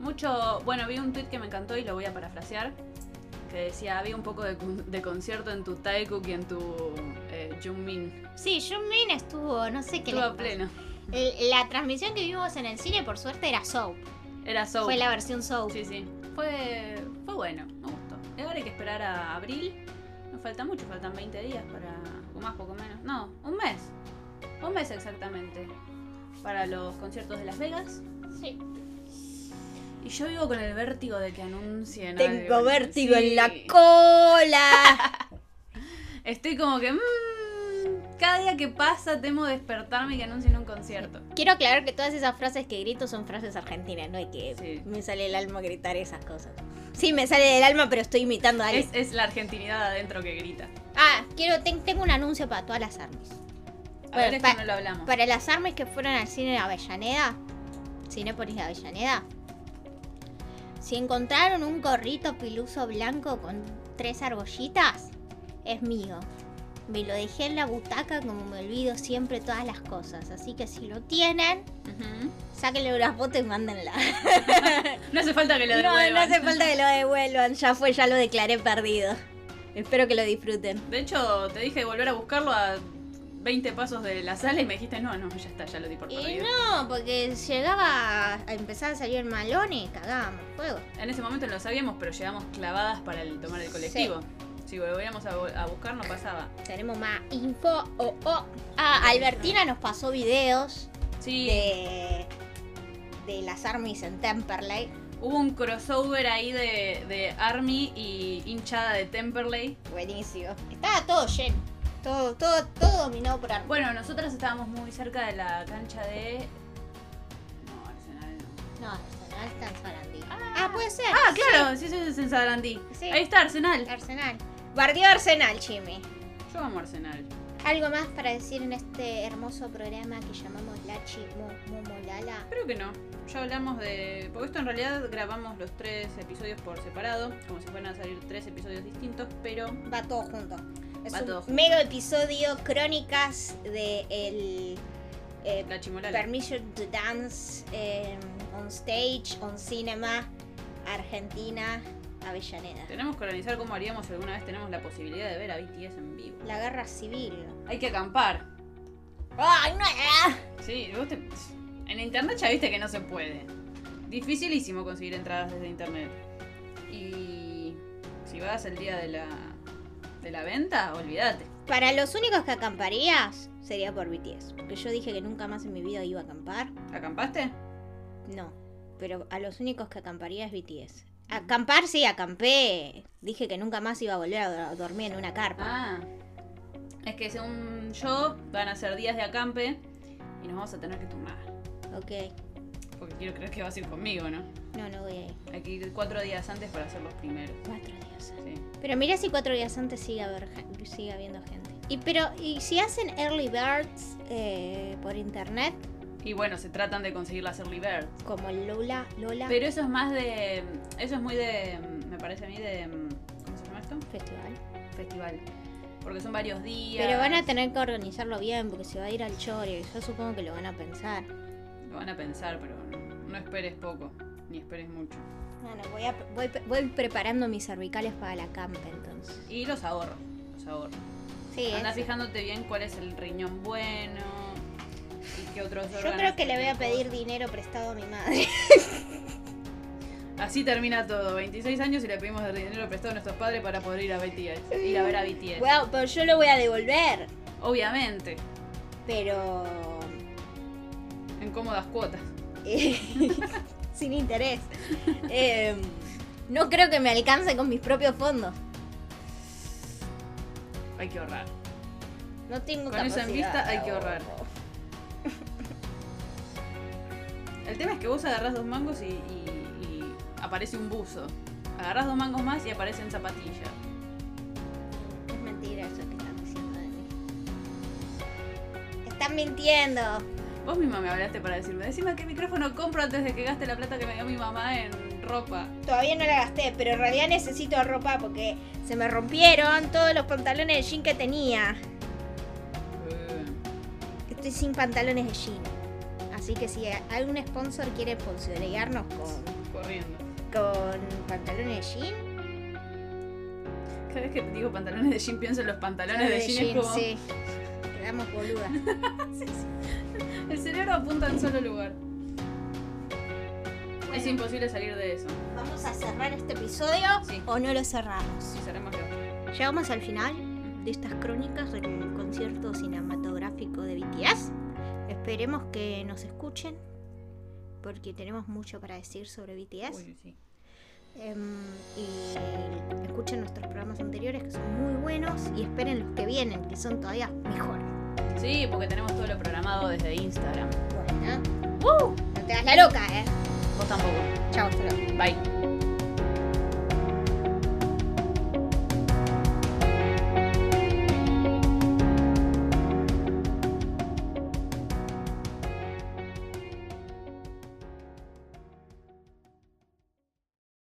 Speaker 2: Mucho. Bueno, vi un tweet que me encantó y lo voy a parafrasear. Que decía: había un poco de, con- de concierto en tu Taekook y en tu eh, Jungmin.
Speaker 1: Sí, Jungmin estuvo, no sé qué
Speaker 2: Estuvo
Speaker 1: le
Speaker 2: a
Speaker 1: pasó.
Speaker 2: pleno.
Speaker 1: El- La transmisión que vimos en el cine, por suerte, era Soap.
Speaker 2: Era Soul.
Speaker 1: Fue la versión Soap.
Speaker 2: Sí, sí. Fue, fue bueno, me gustó. Y ahora hay que esperar a abril. Nos falta mucho, faltan 20 días para. o más, poco menos. No, un mes. Un mes exactamente. Para los conciertos de Las Vegas.
Speaker 1: Sí.
Speaker 2: Y yo vivo con el vértigo de que anuncien.
Speaker 5: Tengo
Speaker 2: algo.
Speaker 5: vértigo
Speaker 2: Sí.
Speaker 5: en la
Speaker 1: [LAUGHS]
Speaker 5: cola.
Speaker 2: Estoy como que. mm, cada día que pasa temo despertarme y que anuncien un concierto.
Speaker 5: Quiero aclarar que todas esas frases que grito son frases argentinas, no hay que
Speaker 2: Sí.
Speaker 5: me sale el alma gritar esas cosas. Sí, me sale del alma, pero estoy imitando a alguien.
Speaker 2: Es, es la argentinidad adentro que grita.
Speaker 1: Ah, quiero, ten- tengo un anuncio para todas las armas.
Speaker 2: A ver,
Speaker 1: Bueno,
Speaker 2: esto
Speaker 1: pa-
Speaker 2: no lo hablamos.
Speaker 1: Para las armas que fueron al cine de Avellaneda, Cinépolis de Avellaneda, si encontraron un gorrito piluso blanco con tres argollitas, es mío. Me lo dejé en la butaca como me olvido siempre todas las cosas. Así que si lo tienen,
Speaker 2: Ujú.
Speaker 5: Sáquenle una foto y
Speaker 1: [LAUGHS]
Speaker 5: mándenla.
Speaker 2: No hace falta que lo
Speaker 5: No,
Speaker 2: devuelvan.
Speaker 5: no hace falta que lo devuelvan. Ya fue, ya lo declaré perdido. Espero que lo disfruten.
Speaker 2: De hecho, te dije de volver a buscarlo a 20 pasos de la sala y me dijiste, no, no, ya está, ya lo di por
Speaker 1: Y
Speaker 2: perdido.
Speaker 1: No, porque llegaba a empezar a salir el malón y cagábamos fuego.
Speaker 2: En ese momento no lo sabíamos, pero llegamos clavadas para el tomar el colectivo. Si volviéramos a, vol- a buscar, no pasaba.
Speaker 1: Tenemos más info. Oh, oh. Ah, Albertina nos pasó videos
Speaker 2: Sí,
Speaker 1: de, de las armies en Temperley.
Speaker 2: hubo un crossover ahí de, de Army y hinchada de Temperley.
Speaker 1: Buenísimo. Estaba todo lleno. Todo, todo, todo dominado por armas.
Speaker 2: Bueno, nosotras estábamos muy cerca de la cancha de. No, Arsenal no.
Speaker 1: No, Arsenal está en Sarandí. Ah, puede ser.
Speaker 2: Ah, claro, sí, sí, sí, es en Sarandí.
Speaker 1: Sí.
Speaker 2: Ahí está Arsenal.
Speaker 1: Arsenal. Bardió Arsenal, Jimmy.
Speaker 2: Yo amo Arsenal.
Speaker 1: Algo más para decir en este hermoso programa que llamamos Lachi Mo- Momolala.
Speaker 2: Creo que no. Ya hablamos de. Porque esto en realidad grabamos los tres episodios por separado, como si fueran a salir tres episodios distintos, pero.
Speaker 1: Va todo junto. Es
Speaker 2: Va
Speaker 1: un
Speaker 2: todo junto.
Speaker 1: mega episodio crónicas de el eh,
Speaker 2: La chimolala.
Speaker 1: Permission to Dance eh, on stage, on cinema, Argentina, Avellaneda.
Speaker 2: Tenemos que organizar cómo haríamos si alguna vez tenemos la posibilidad de ver a BTS en vivo.
Speaker 1: La guerra civil.
Speaker 2: Hay que acampar.
Speaker 1: ¡Ay, no! ah!
Speaker 2: Sí, vos te. En internet ya viste que no se puede. Dificilísimo conseguir entradas desde internet. Y. Si vas el día de la. de la venta, olvídate.
Speaker 1: Para los únicos que acamparías sería por BTS. Porque yo dije que nunca más en mi vida iba a acampar.
Speaker 2: ¿Acampaste?
Speaker 1: No. Pero a los únicos que acamparía es BTS. Acampar sí, acampé. Dije que nunca más iba a volver a do- dormir en una carpa.
Speaker 2: Ah, es que según yo van a ser días de acampe y nos vamos a tener que turnar.
Speaker 1: Ok.
Speaker 2: Porque quiero creer que vas a ir conmigo, ¿no?
Speaker 1: No, no voy a ir.
Speaker 2: Hay que ir cuatro días antes para ser los primeros.
Speaker 1: Cuatro días.
Speaker 2: Sí.
Speaker 1: Pero mira si cuatro días antes sigue, haber gen- sigue habiendo gente. Y pero, ¿y si hacen early birds eh, por internet?
Speaker 2: Y bueno, se tratan de conseguir las early birds.
Speaker 1: Como Lola, Lola
Speaker 2: Pero eso es más de. Eso es muy de. Me parece a mí de. ¿Cómo se llama esto?
Speaker 1: Festival.
Speaker 2: Festival. Porque son varios días.
Speaker 1: Pero van a tener que organizarlo bien porque se va a ir al choreo. Yo supongo que lo van a pensar.
Speaker 2: Lo van a pensar, pero no, no esperes poco, ni esperes mucho.
Speaker 1: Bueno, voy, a- voy pe- voy preparando mis cervicales para la campa entonces.
Speaker 2: Y los ahorro. Los ahorro.
Speaker 10: Sí,
Speaker 2: Anda
Speaker 10: es-
Speaker 2: fijándote bien cuál es el riñón bueno y qué otros
Speaker 10: yo creo que le voy a pedir
Speaker 2: mejor.
Speaker 10: dinero prestado a mi madre.
Speaker 2: Así termina todo. 26 años y le pedimos el dinero prestado a nuestros padres para poder ir a BTS. Ir a ver a BTS.
Speaker 1: Bueno, pero yo lo voy a devolver,
Speaker 2: Obviamente,
Speaker 1: pero
Speaker 2: en cómodas cuotas.
Speaker 1: eh, [LAUGHS] sin interés. Em, no creo que me alcance con mis propios fondos.
Speaker 2: Hay que ahorrar.
Speaker 1: No tengo
Speaker 2: Con eso en vista hay que
Speaker 1: ahorrar.
Speaker 2: ahorrar. El tema es que vos agarrás dos mangos y, y- y aparece un buzo. Agarrás dos mangos más y aparecen zapatillas.
Speaker 10: Es mentira eso que están diciendo de mí.
Speaker 1: Están mintiendo.
Speaker 2: Vos misma me hablaste para decirme, decime qué micrófono compro antes de que gaste la plata que me dio mi mamá en ropa.
Speaker 1: Todavía no la gasté, pero en realidad necesito ropa porque se me rompieron todos los pantalones de jean que tenía.
Speaker 2: Eh,
Speaker 1: Estoy sin pantalones de jean. Así que si algún sponsor quiere sponsorearnos con,
Speaker 2: corriendo.
Speaker 1: con pantalones de jean.
Speaker 2: Cada vez que te digo pantalones de jean pienso en los pantalones de jean. es como-
Speaker 1: sí. Quedamos boludas.
Speaker 2: El cerebro apunta a un solo lugar. Es imposible salir de eso.
Speaker 1: [LAUGHS] Vamos a cerrar este episodio
Speaker 2: Sí.
Speaker 1: o no lo cerramos.
Speaker 2: Sí, será más que-
Speaker 1: Llegamos al final de estas crónicas del concierto cinematográfico de BTS. Esperemos que nos escuchen porque tenemos mucho para decir sobre BTS.
Speaker 2: Uy, sí.
Speaker 1: Em, y escuchen nuestros programas anteriores que son muy buenos y esperen los que vienen que son todavía mejores.
Speaker 2: Sí, porque tenemos todo lo programado desde Instagram.
Speaker 1: Bueno. No te das la loca, ¿eh?
Speaker 2: Vos tampoco.
Speaker 1: Chao, hasta luego.
Speaker 2: Bye.